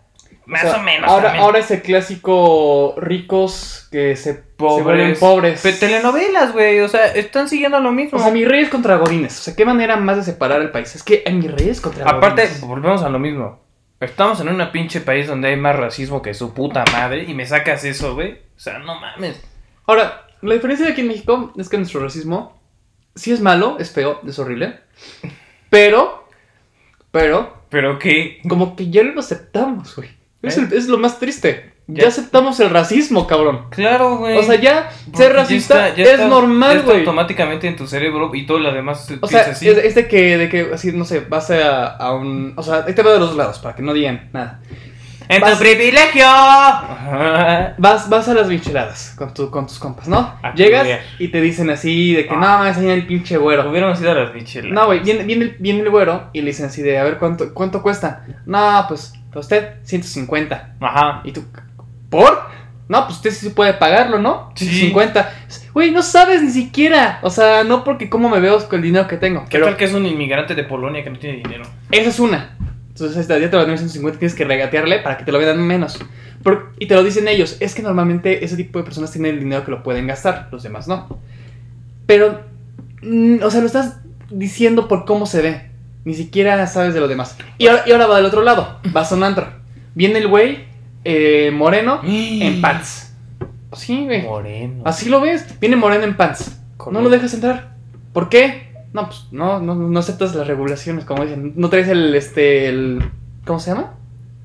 S1: Más
S2: sea,
S1: o menos.
S2: Ahora,
S1: también.
S2: ahora es el clásico ricos que se, se vuelven pobres.
S1: Pe- telenovelas, güey, o sea, están siguiendo lo mismo.
S2: O sea, mis reyes contra godines. O sea, qué manera más de separar al país. Es que a mis reyes contra
S1: Aparte,
S2: godines.
S1: volvemos a lo mismo. Estamos en un pinche país donde hay más racismo que su puta madre y me sacas eso, güey. O sea, no mames.
S2: Ahora, la diferencia de aquí en México es que nuestro racismo sí es malo, es feo, es horrible. Pero, pero,
S1: Pero que
S2: como que ya lo aceptamos, güey. Es,
S1: ¿Eh?
S2: el- es lo más triste. Ya.
S1: Ya.
S2: aceptamos el racismo, cabrón.
S1: Claro, güey.
S2: O sea, ya
S1: Porque
S2: ser
S1: ya
S2: racista
S1: está- ya
S2: es
S1: está- ya
S2: normal,
S1: está
S2: güey.
S1: automáticamente en tu cerebro y todo lo demás se
S2: O sea,
S1: piensa
S2: es,
S1: así.
S2: es de que, de que, así, no sé, vas a, a un... O sea, este va de los dos lados, para que no digan nada.
S1: ¡En
S2: vas-
S1: tu privilegio! Ajá.
S2: Vas, vas a las micheladas con, tu, con tus compas, ¿no?
S1: A
S2: Llegas
S1: culiar.
S2: y te dicen así de que
S1: Ah.
S2: no, más allá el pinche güero.
S1: Hubiéramos ido a las michelas.
S2: No, güey, viene, viene, el- viene el güero y le dicen así de a ver cuánto, cuánto cuesta. No, pues a usted 150.
S1: Ajá.
S2: ¿Y tú? ¿Por? No, pues usted sí puede pagarlo, ¿no?
S1: Sí.
S2: 150. Güey, no sabes ni siquiera. O sea, no porque cómo me veo con el dinero que tengo.
S1: ¿Qué
S2: Pero
S1: tal que es un inmigrante de Polonia que no tiene dinero?
S2: esa es una. Entonces, esta, ya te lo dan en 150, tienes que regatearle para que te lo vean menos. Por- y te lo dicen ellos. Es que normalmente ese tipo de personas tienen el dinero que lo pueden gastar, los demás no. Pero, mm, o sea, lo estás diciendo por cómo se ve. Ni siquiera sabes de lo demás. Y ahora, y ahora va del otro lado. Vas a un antro. Viene el güey eh, moreno en pants. Sí, güey.
S1: Moreno.
S2: Así lo ves. Viene moreno en pants. No lo dejas entrar. ¿Por qué? No, pues no, no, no aceptas las regulaciones, como dicen. No traes el, este, el, ¿cómo se llama?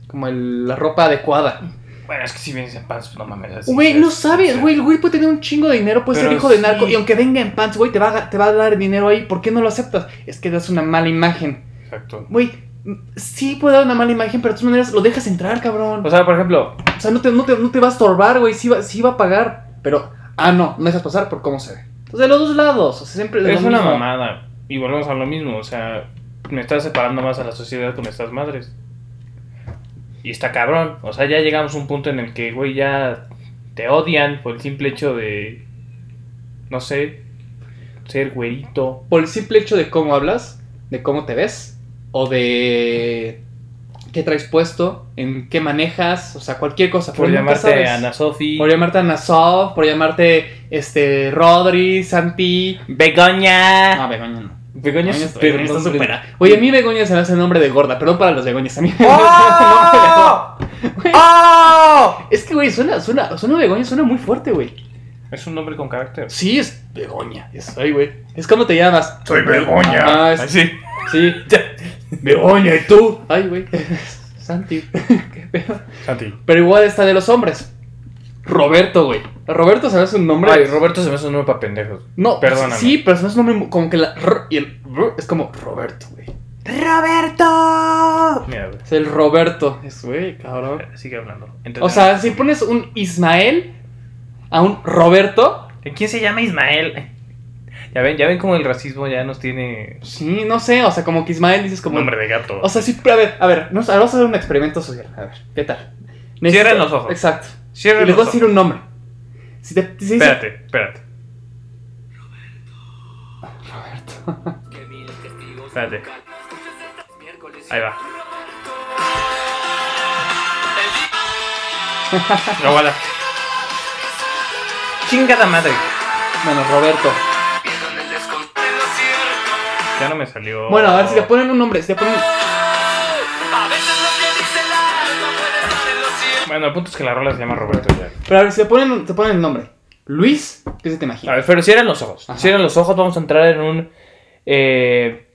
S2: Como el, la ropa adecuada.
S1: Bueno, es que si vienes en pants, no mames. así
S2: Güey,
S1: es,
S2: no
S1: o
S2: sabes,
S1: sea,
S2: güey, el güey puede tener un chingo de dinero, puede ser
S1: Pero
S2: hijo de narco,
S1: sí.
S2: y aunque venga en pants, güey, te va, a, te va a dar dinero ahí, ¿por qué no lo aceptas? Es que das una mala imagen.
S1: Exacto.
S2: Güey, m- sí puede dar una mala imagen, pero de todas maneras lo dejas entrar, cabrón.
S1: O sea, por ejemplo,
S2: O sea, no te, no te, no te va a estorbar, güey, sí va, sí va a pagar, pero, ah, no, no dejas pasar por cómo se ve. Entonces, de los dos lados, o sea, siempre... de
S1: es
S2: lo
S1: una
S2: mismo.
S1: mamada. Y volvemos a lo mismo, o sea, me estás separando más a la sociedad con estas madres. Y está cabrón. O sea, ya llegamos a un punto en el que, güey, ya te odian por el simple hecho de, no sé, ser güerito.
S2: por el simple hecho de cómo hablas, de cómo te ves, o de qué traes puesto, en qué manejas, o sea, cualquier cosa.
S1: Por
S2: porque Pues nunca
S1: llamarte
S2: sabes.
S1: Ana Sofi.
S2: Por llamarte Anasov, por llamarte este, Rodri, Santi.
S1: Begoña.
S2: No, Begoña no.
S1: Ah, Begoña
S2: Begoña
S1: es
S2: está- Begoña está supera. Oye, a mí Begoña se me hace el nombre de gorda, perdón para las Begoñas. A mí
S1: <laughs>
S2: me
S1: ¡Oh! ¡Oh!
S2: <laughs> Es que, güey, suena, suena, suena Begoña, suena muy fuerte, güey.
S1: Es un nombre con carácter.
S2: Sí, es Begoña. Es, ay, güey. Es como te llamas.
S1: Soy
S2: Begoña.
S1: Ah, es-
S2: Ay,
S1: sí. <laughs>
S2: Sí. Begoña, ¿y tú? Ay, güey. <laughs> Santi. Qué pedo.
S1: Santi.
S2: Pero igual está de los hombres. Roberto, güey. Roberto se me hace un nombre.
S1: Ay, Roberto se me hace un nombre para pendejos.
S2: No,
S1: perdóname.
S2: Sí, pero se me hace un nombre como que la. R y el. R es como Roberto, güey.
S4: ¡Roberto!
S1: Mira, güey.
S2: Es el Roberto. Es, güey, cabrón.
S1: Sigue hablando. Entonces,
S2: O sea, si pones un Ismael a un Roberto,
S1: ¿quién se llama Ismael? Ya ven, ya ven cómo el racismo ya nos tiene
S2: sí, no sé. O sea, como que Ismael dices como.
S1: nombre de gato.
S2: O sea, sí, pero a ver, a ver, nos- vamos a hacer un experimento social. A ver, ¿qué tal?
S1: Cierren los ojos.
S2: Exacto.
S1: Cierren
S2: y les
S1: los
S2: voy a decir un nombre. Si te. Si dice-
S1: Espérate, espérate,
S2: Roberto.
S1: espérate. Ahí va. No, voilà. Chingada madre.
S2: Bueno, Roberto.
S1: Ya no me salió.
S2: Bueno, a ver si te ponen un nombre. Si te ponen.
S1: Bueno, el punto es que la rola se llama Roberto ya.
S2: Pero a ver, si te ponen, te ponen el nombre. Luis, ¿qué se te
S1: A
S2: imagina?
S1: ver, pero cierran los ojos.
S2: Ajá.
S1: Cierran los ojos, vamos a entrar en un. Eh,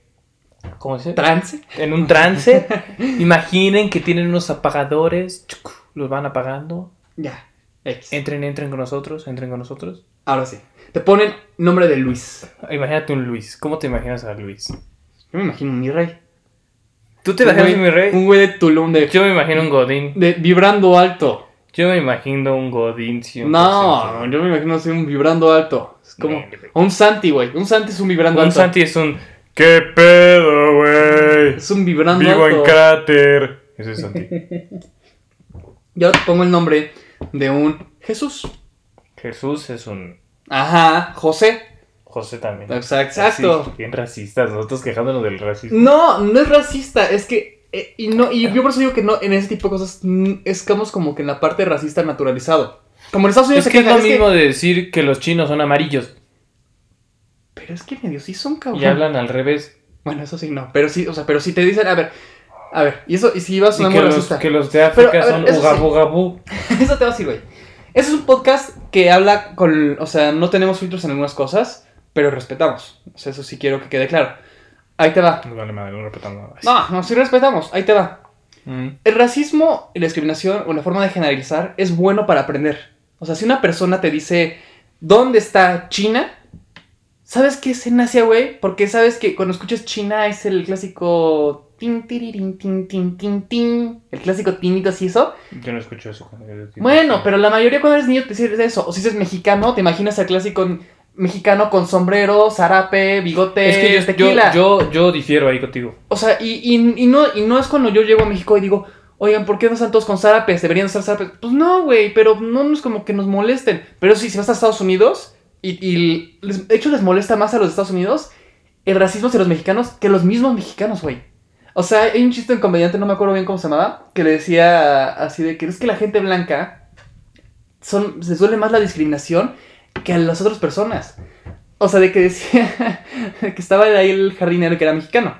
S1: ¿Cómo se dice?
S2: Trance.
S1: En un trance. Imaginen que tienen unos apagadores. chuc, Los van apagando.
S2: Ya. X.
S1: Entren, entren con nosotros, entren con nosotros.
S2: Ahora sí. Te ponen nombre de Luis.
S1: Imagínate un Luis. ¿Cómo te imaginas a Luis?
S2: Yo me imagino un mi rey.
S1: ¿Tú te imaginas a
S2: Un
S1: mi
S2: güey-
S1: rey?
S2: Un güey de Tulum de,
S1: Yo me imagino un Godín.
S2: de vibrando alto.
S1: Yo me imagino un Godín. 100%.
S2: No, yo me imagino así un vibrando alto. Es como.
S1: No, güey.
S2: o un Santi, güey. Un Santi es un vibrando
S1: Un
S2: alto.
S1: Santi es un. ¿Qué pedo, güey?
S2: Es un vibrando
S1: Vivo en
S2: alto.
S1: cráter. Ese es Santi.
S2: <laughs> Y ahora te pongo el nombre de un Jesús.
S1: Jesús es un.
S2: Ajá, José.
S1: José también.
S2: Exacto.
S1: Así, bien racistas, nosotros quejándonos del racismo.
S2: No, no es racista, es que. eh, y no, y yo por eso digo que no, en ese tipo de cosas mm, estamos como que en la parte racista naturalizado. Como en Estados Unidos
S1: Es que
S2: se
S1: es
S2: quejan,
S1: lo
S2: es que-
S1: mismo de decir que los chinos son amarillos
S2: Pero es que medio sí son cabrón.
S1: y hablan al revés.
S2: Bueno, eso sí no. Pero sí, o sea, pero si te dicen, a ver, a ver, y eso, y si vas a
S1: Y
S2: sonar
S1: que
S2: muy
S1: los,
S2: racista.
S1: que los de
S2: Pero,
S1: África
S2: a ver,
S1: son
S2: eso sí.
S1: ugabugabú.
S2: <laughs> Eso te va a decir, güey. Ese es un podcast que habla con. O sea, no tenemos filtros en algunas cosas, pero respetamos. O sea, eso sí quiero que quede claro. Ahí te va.
S1: No vale madre, no respetamos nada.
S2: No, no, sí respetamos. Ahí te va.
S1: Mm.
S2: El racismo y la discriminación o la forma de generalizar es bueno para aprender. O sea, si una persona te dice dónde está China, ¿sabes qué es en Asia, güey? Porque sabes que cuando escuchas China es el clásico tin tiririn, tin tin tin tin, el clásico tinito así eso.
S1: Yo no escucho eso. cuando yo digo-
S2: Bueno, pero la mayoría cuando eres niño te sirve de eso. O si eres mexicano, te imaginas el clásico mexicano con sombrero, zarape, bigote,
S1: Es que yo, yo,
S2: eh, tequila.
S1: yo, yo difiero ahí contigo.
S2: O sea, y, y- y no, y no es cuando yo llego a México y digo, oigan, ¿por qué no están todos con zarapes? Deberían usar zarapes. Pues no, güey, pero no no es como que nos molesten. Pero sí, si vas a Estados Unidos, y, y les- de hecho les molesta más a los de Estados Unidos el racismo hacia los mexicanos que los mismos mexicanos, güey. O sea, hay un chiste en comediante, no me acuerdo bien cómo se llamaba, que le decía así de que es que la gente blanca son, se suele más la discriminación que a las otras personas. O sea, de que decía <laughs> que estaba ahí el jardinero que era mexicano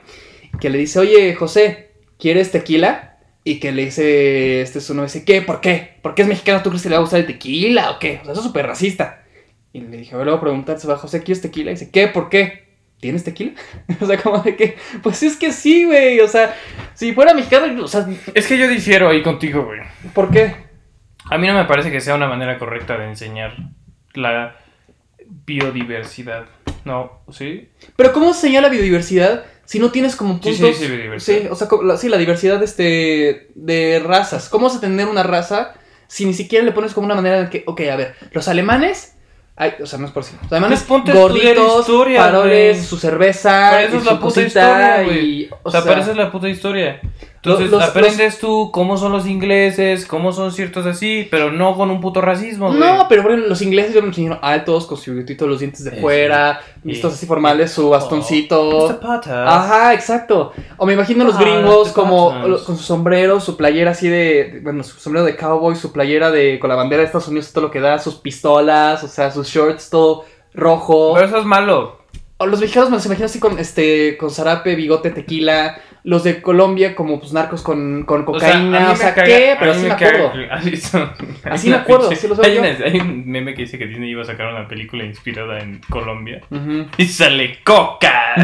S2: que le dice, oye, José, ¿quieres tequila? Y que le dice, este es uno, dice, ¿qué? ¿Por qué? ¿Por qué es mexicano? ¿Tú crees que le va a gustar el tequila o qué? O sea, eso es súper racista. Y le dije, a ver, le voy a preguntar, se va, José, ¿quieres tequila? Y dice, ¿qué? ¿Por qué? ¿Tienes tequila? <laughs> o sea, como de que, pues es que sí, güey, o sea, si fuera mexicano, o sea,
S1: Es que yo difiero ahí contigo, güey.
S2: ¿por qué?
S1: A mí no me parece que sea una manera correcta de enseñar la biodiversidad. No, ¿sí?
S2: Pero ¿cómo enseñar la biodiversidad si no tienes como
S1: Sí,
S2: puntos...
S1: sí, sí, biodiversidad.
S2: Sí, o sea, como la, sí, la diversidad este, de razas. ¿Cómo vas a tener una raza si ni siquiera le pones como una manera de que, ok, a ver, los alemanes, ay, o sea, no es por si, los alemanes
S1: Pues ponte a estudiar
S2: gorditos,
S1: historia,
S2: paroles,
S1: güey.
S2: su cerveza,
S1: Para eso
S2: y
S1: es
S2: su
S1: la puta
S2: cosita,
S1: historia, güey.
S2: y,
S1: O sea, parece la puta historia. Entonces,
S2: los-
S1: aprendes tú cómo son los ingleses, cómo son ciertos así, pero no con un puto racismo, güey.
S2: No, pero bueno, los ingleses yo me enseñaron altos, con su bigotito, los dientes de
S1: Sí,
S2: fuera,
S1: sí.
S2: vistos así formales, su bastoncito.
S1: Esta pata.
S2: Ajá, exacto. O me imagino los
S1: Ah,
S2: gringos
S1: The
S2: como
S1: Patrons.
S2: lo- con su sombrero, su playera así de, bueno, su sombrero de cowboy, su playera de con la bandera de Estados Unidos, todo lo que da, sus pistolas, o sea, sus shorts todo rojo.
S1: Pero eso es malo.
S2: O los mexicanos me los imagino así con este con zarape, bigote, tequila. Los de Colombia como pues narcos con, con cocaína, o sea, ¿qué? Pero
S1: sí
S2: así me acuerdo.
S1: <laughs>
S2: Así me acuerdo, sí los veo
S1: hay,
S2: yo.
S1: una- hay un meme que dice que Disney iba a sacar una película inspirada en Colombia.
S2: Ujú.
S1: Y sale coca.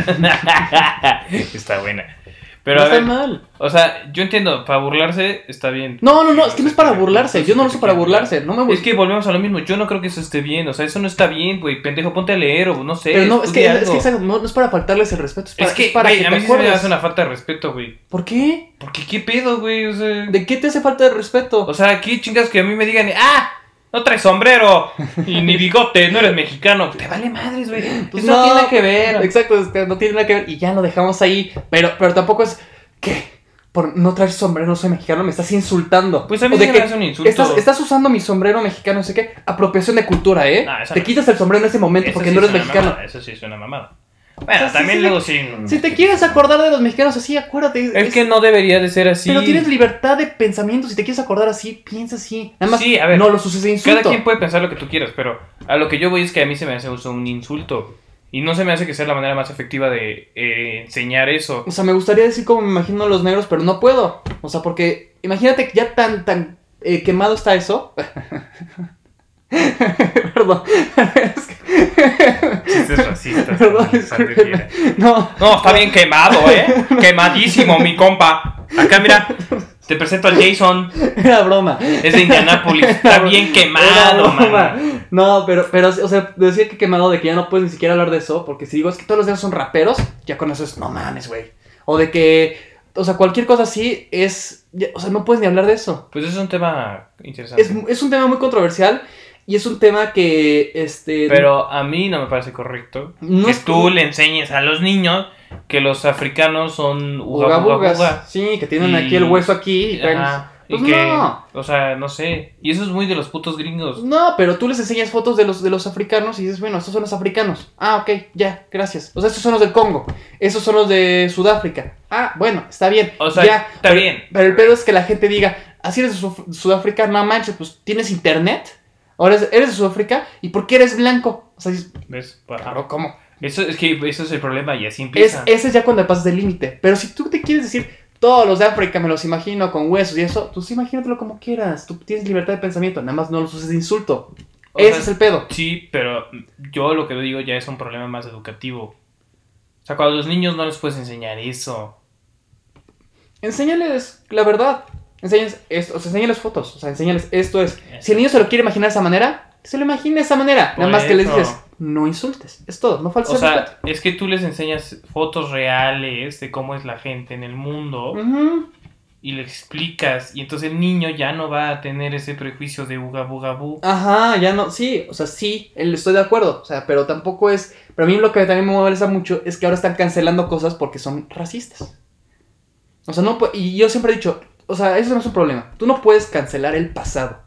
S1: <laughs> Está buena. Pero
S2: no
S1: a
S2: está
S1: ver,
S2: mal.
S1: o sea, yo entiendo, para burlarse está bien.
S2: No, no, no, es que no es para burlarse. Yo no lo uso para burlarse. No me
S1: Es
S2: burlo.
S1: que volvemos a lo mismo, yo no creo que eso esté bien, o sea, eso no está bien, güey, pendejo, ponte a leer o no sé.
S2: Pero no, es que,
S1: estudia
S2: es que
S1: algo.
S2: exacto, no, no es para faltarles el respeto. Es para,
S1: Es que,
S2: es para
S1: güey,
S2: que
S1: a
S2: te
S1: mí sí me
S2: acuerdes.
S1: hace una falta de respeto, güey.
S2: ¿Por qué?
S1: Porque qué pedo, güey, o sea...
S2: ¿De qué te hace falta de respeto?
S1: O sea, aquí chingas que a mí me digan, ¡ah! No traes sombrero y ni bigote, no eres mexicano. Te vale madres, güey.
S2: Pues
S1: Eso no, tiene que ver.
S2: Exacto, este, no tiene nada que ver. Y ya lo dejamos ahí. Pero, pero tampoco es. ¿Qué? Por no traer sombrero, soy mexicano, me estás insultando.
S1: Pues a mí
S2: O
S1: sí
S2: de
S1: me
S2: que
S1: hace un insulto.
S2: Estás, estás usando mi sombrero mexicano, no sé qué. Apropiación de cultura, ¿eh?
S1: No, esa
S2: te
S1: no.
S2: quitas el sombrero en ese momento
S1: Eso
S2: porque
S1: sí
S2: no
S1: es
S2: eres
S1: una
S2: mexicano.
S1: mamada, Eso sí es una mamada.
S2: O
S1: Bueno,
S2: sea, sí,
S1: también
S2: sí,
S1: luego sí.
S2: Si te quieres acordar de los mexicanos así, acuérdate.
S1: Es que no debería de ser así.
S2: Pero tienes libertad de pensamiento. Si te quieres acordar así, piensa así. Nada más
S1: Sí, a ver.
S2: no lo sucede insulto.
S1: Cada quien puede pensar lo que tú quieras, pero a lo que yo voy es que a mí se me hace uso un insulto. Y no se me hace que sea la manera más efectiva de eh, enseñar eso.
S2: <laughs> O sea, me gustaría decir como me imagino a los negros, pero no puedo. O sea, porque imagínate que ya tan, tan eh, quemado está eso. <laughs> Perdón. <laughs> Es que-
S1: Chistes racistas.
S2: Perdón,
S1: como Sandy
S2: discúlpenme.
S1: Riera.
S2: no.
S1: No, está bien quemado, ¿eh?
S2: <laughs>
S1: Quemadísimo, mi compa. Acá, mira, te presento al Jason.
S2: Era broma.
S1: Es de Indianápolis. Está bien quemado,
S2: Era broma.
S1: man.
S2: No, pero, pero, o sea, decir que quemado de que ya no puedes ni siquiera hablar de eso, porque si digo es que todos los negros son raperos, ya con eso es, no mames, güey. O de que, o sea, cualquier cosa así es, ya- o sea, no puedes ni hablar de eso.
S1: Pues es un tema interesante.
S2: Es, es un tema muy controversial y es un tema que, este...
S1: Pero a mí no me parece correcto
S2: no
S1: que
S2: es-
S1: tú le enseñes a los niños que los africanos son uga,
S2: Uga,
S1: uga,
S2: bugas.
S1: uga.
S2: Sí, que tienen
S1: Y-
S2: aquí el hueso aquí y traen-
S1: Ajá. Y
S2: Pues
S1: que,
S2: no.
S1: o sea, no sé. Y eso es muy de los putos gringos.
S2: No, pero tú les enseñas fotos de los, de los africanos y dices, bueno, estos son los africanos. Ah, ok, ya, gracias. O sea, estos son los del Congo. Estos son los de Sudáfrica. Ah, bueno, está bien.
S1: O sea,
S2: ya.
S1: está
S2: pero,
S1: bien.
S2: Pero el pedo es que la gente diga, así eres de Suf- Sudáfrica, no manches, pues tienes internet. Ahora eres, eres de Sudáfrica y ¿por qué eres blanco? O sea, dices,
S1: ¿Ves? Ajá.
S2: claro, ¿cómo?
S1: Eso es que eso es el problema y así
S2: Es,
S1: empieza.
S2: ese es ya cuando pasas del límite. Pero si tú te quieres decir, todos los de África me los imagino con huesos y eso, pues imagínatelo como quieras. Tú tienes libertad de pensamiento, nada más no los uses de insulto.
S1: O
S2: Ese
S1: sea,
S2: es el pedo.
S1: Sí, pero yo lo que digo ya es un problema más educativo. O sea, cuando los niños no les puedes enseñar eso.
S2: Enséñales la verdad. Enséñales esto, o sea, enséñales fotos. O sea, enséñales esto es. Si el niño se lo quiere imaginar de esa manera, que se lo imagine de esa manera.
S1: Por
S2: Nada más que les
S1: eso.
S2: dices, no insultes. Es todo, no falses
S1: O
S2: al
S1: sea,
S2: respeto.
S1: es que tú les enseñas fotos reales de cómo es la gente en el mundo
S2: Ujú.
S1: y le explicas y entonces el niño ya no va a tener ese prejuicio de uga buga bu.
S2: Ajá, ya no, sí, o sea, sí, él- estoy de acuerdo, o sea, pero tampoco es, pero a mí lo que también me molesta mucho es que ahora están cancelando cosas porque son racistas. O sea, no, pu- y yo siempre he dicho, o sea, eso no es un problema, tú no puedes cancelar el pasado,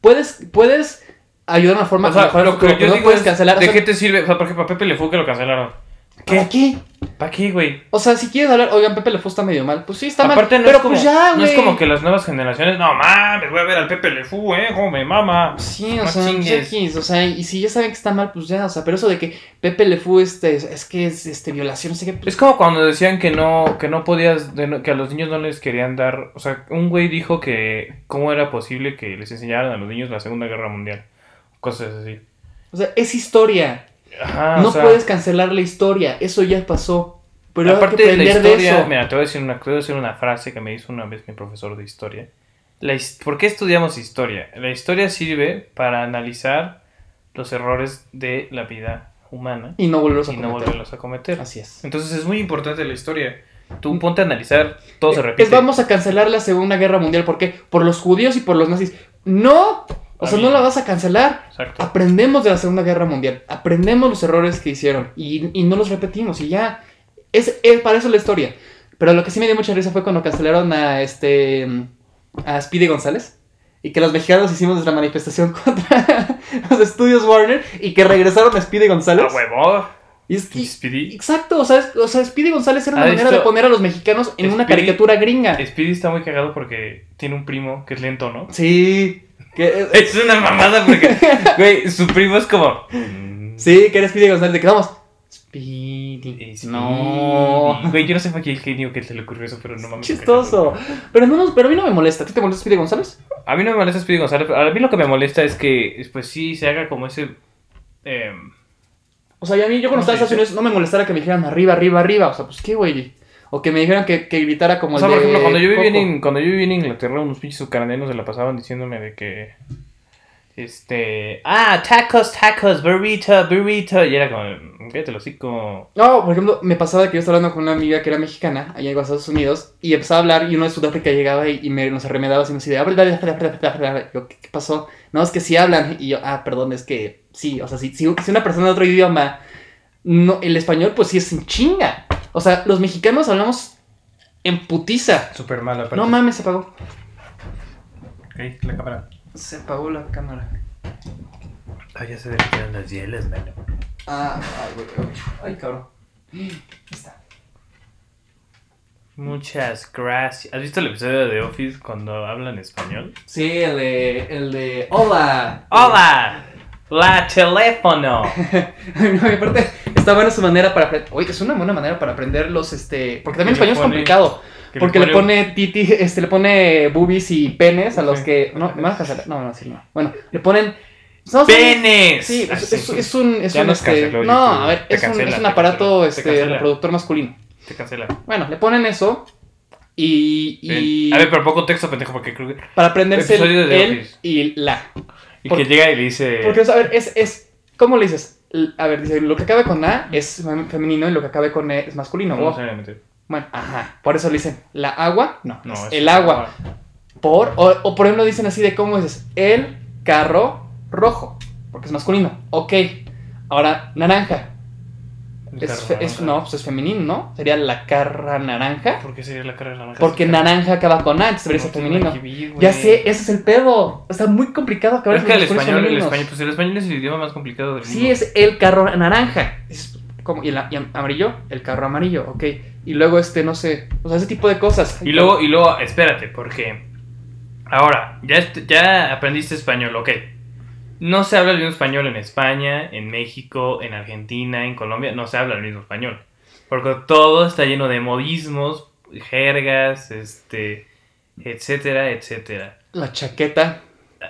S2: puedes, puedes ayudar de una forma,
S1: O sea,
S2: mejorar el
S1: lo que
S2: futuro,
S1: yo
S2: pero no
S1: digo
S2: puedes
S1: es,
S2: cancelar, o
S1: ¿de
S2: sea,
S1: qué te sirve? O sea, por ejemplo, a Pepe Le Fou que lo cancelaron. Ah,
S2: ¿para qué?
S1: ¿Para qué, güey?
S2: O sea, si quieres hablar, oigan, Pepe Lefou está medio mal, pues sí, está
S1: Aparte
S2: mal,
S1: no,
S2: pero
S1: es como,
S2: pues ya, güey.
S1: no es como que las nuevas generaciones, no mames, voy a ver al Pepe Le Fou, eh, come mama.
S2: Sí, o
S1: No
S2: sea, pues,
S1: chingues.
S2: X, o sea, y si ya saben que está mal, pues ya, o sea, pero eso de que Pepe le fue este, es que es este violación, no sé qué, pues,
S1: Es como cuando decían que no, que no podías, de no- que a los niños no les querían dar, o sea, un güey dijo que cómo era posible que les enseñaran a los niños la Segunda Guerra Mundial, cosas así.
S2: o sea, es historia.
S1: Ajá, Ah,
S2: no
S1: o sea,
S2: puedes cancelar la historia, eso ya pasó. Pero hay que
S1: aparte de la
S2: aprender de,
S1: historia,
S2: eso.
S1: mira, te voy a decir una, te voy a decir una frase que me hizo una vez mi profesor de historia. La his- ¿Por qué estudiamos historia? La historia sirve para analizar los errores de la vida humana
S2: Y no volverlos a
S1: y no
S2: cometer.
S1: volverlos a cometer.
S2: Así es.
S1: Entonces es muy importante la historia. Tú ponte a analizar, todo se repite.
S2: Eh, Es vamos a cancelar la Segunda Guerra Mundial, ¿por qué? Por los judíos y por los nazis. ¡No! O sea, no la vas a cancelar.
S1: Exacto.
S2: Aprendemos de la Segunda Guerra Mundial. Aprendemos los errores que hicieron. Y, y no los repetimos. Y ya. Es, es para eso la historia. Pero lo que sí me dio mucha risa fue cuando cancelaron a este. a Speedy González. Y que los mexicanos hicimos nuestra manifestación <laughs> contra los estudios Warner. Y que regresaron a Speedy González.
S1: A huevo.
S2: Y es que-
S1: Speedy.
S2: exacto, o sea, es- o sea, Speedy González era una
S1: Ah,
S2: manera
S1: esto-
S2: de poner a los mexicanos en una
S1: Speedy-
S2: caricatura gringa.
S1: Speedy está muy cagado porque tiene un primo que es lento, ¿no?
S2: Sí. Que,
S1: <laughs> Es una mamada porque, güey, su primo es como. "Mm,
S2: sí, que era Speedy González. De que vamos. Speedy.
S1: Speedy.
S2: No.
S1: Güey, yo no sé fue quién el genio que se le ocurrió eso, pero no mames.
S2: Chistoso. Pero no nos- pero a mí no me molesta. ¿A ti te molesta Speedy González?
S1: A mí no me molesta Speedy González. pero A mí lo que me molesta es que, pues sí, se haga como ese. Eh,
S2: O sea, y a mí yo
S1: ¿Cómo
S2: cuando estaba en
S1: se
S2: Estados Unidos no me molestara que me dijeran arriba, arriba, arriba. O sea, pues qué güey. O que me dijeron que, que gritara como
S1: O sea,
S2: el
S1: por
S2: de
S1: ejemplo, cuando yo, vivía
S2: Coco.
S1: en, cuando yo vivía en Inglaterra, unos pinches ucranianos se la pasaban diciéndome de que. Este. Ah, tacos, tacos, burrito, burrito. Y era como. Cállate el hocico.
S2: No, por ejemplo, me pasaba que yo estaba hablando con una amiga que era mexicana, allá en los Estados Unidos, y empezaba a hablar, y uno de Sudáfrica llegaba y, y me, nos arremedaba así, me decía, "Habla, habla, habla, habla, habla, habla". Yo, ¿qué, qué pasó? No, es que sí hablan, y yo, ah, perdón, es que sí, o sea, si, si, si una persona de otro idioma, no, el español, pues sí es en chinga. O sea, los mexicanos hablamos en putiza.
S1: Súper mala,
S2: No mames, se apagó.
S1: Ok, la cámara.
S2: Se apagó la cámara.
S4: Ah, ya se derritieron los hielos, mano.
S2: Ah, ay, güey, güey. ay, cabrón. Ahí Está.
S1: Muchas gracias. ¿Has visto el episodio de The Office cuando hablan español?
S2: Sí, el de, el de, hola.
S1: ¡Hola! ¡La
S2: <laughs>
S1: teléfono!
S2: no, y aparte, está buena su manera para aprender. Oye, es una buena manera para aprender los este. Porque también el
S1: Que le
S2: español es
S1: pone-
S2: complicado.
S1: Que
S2: porque le pone titi, este, le pone boobies y penes a los
S1: Sí.
S2: que. No, no, no, no, sí, no. Bueno, le ponen. no, sí,
S1: ¡Penes!
S2: Sí, es,
S1: Así.
S2: es- es un. Es
S1: Ah, Ya
S2: un,
S1: nos
S2: este,
S1: canceló
S2: no,
S1: YouTube.
S2: a ver,
S1: Te
S2: es, un,
S1: cancela,
S2: es un
S1: te
S2: aparato
S1: cancela, te
S2: este,
S1: cancela.
S2: reproductor masculino.
S1: Te cancela.
S2: Bueno, le ponen eso. Y. y
S1: Ven. A ver, pero poco texto, pendejo, porque creo que.
S2: para aprenderse el,
S1: episodio de
S2: el
S1: Office.
S2: y la.
S1: Y
S2: Por-
S1: que llega y le dice.
S2: Porque, o sea, a ver, es, es, ¿cómo le dices? L- A ver, dice, lo que acabe con A es fem- femenino y lo que acabe con E es masculino.
S1: No,
S2: o- Bueno, ajá, por eso le dicen, ¿la agua? No, es el agua. Por, o, o por ejemplo dicen así de, ¿cómo dices? El carro rojo, porque es masculino. Ok, ahora, naranja. Es, fe- es- no, pues es femenino, ¿no? Sería la carra naranja.
S1: ¿Por qué sería la cara de naranja?
S2: Porque naranja acaba con A, entonces debería ser femenino. Ya sé, ese es el pedo. Está muy complicado acabar
S1: Es que el
S2: los masculinos
S1: español, el
S2: femeninos.
S1: español, pues el español es el idioma más complicado del mundo.
S2: Sí, es el carro naranja. Es como, y, el, y amarillo, el carro amarillo, ok. Y luego este, no sé, o sea, ese tipo de cosas.
S1: Y luego, y luego, espérate, porque ahora, ya, est- ya aprendiste español, ok. No se habla el mismo español en España, en México, en Argentina, en Colombia, no se habla el mismo español. Porque todo está lleno de modismos, jergas, este, etcétera, etcétera.
S2: La chaqueta.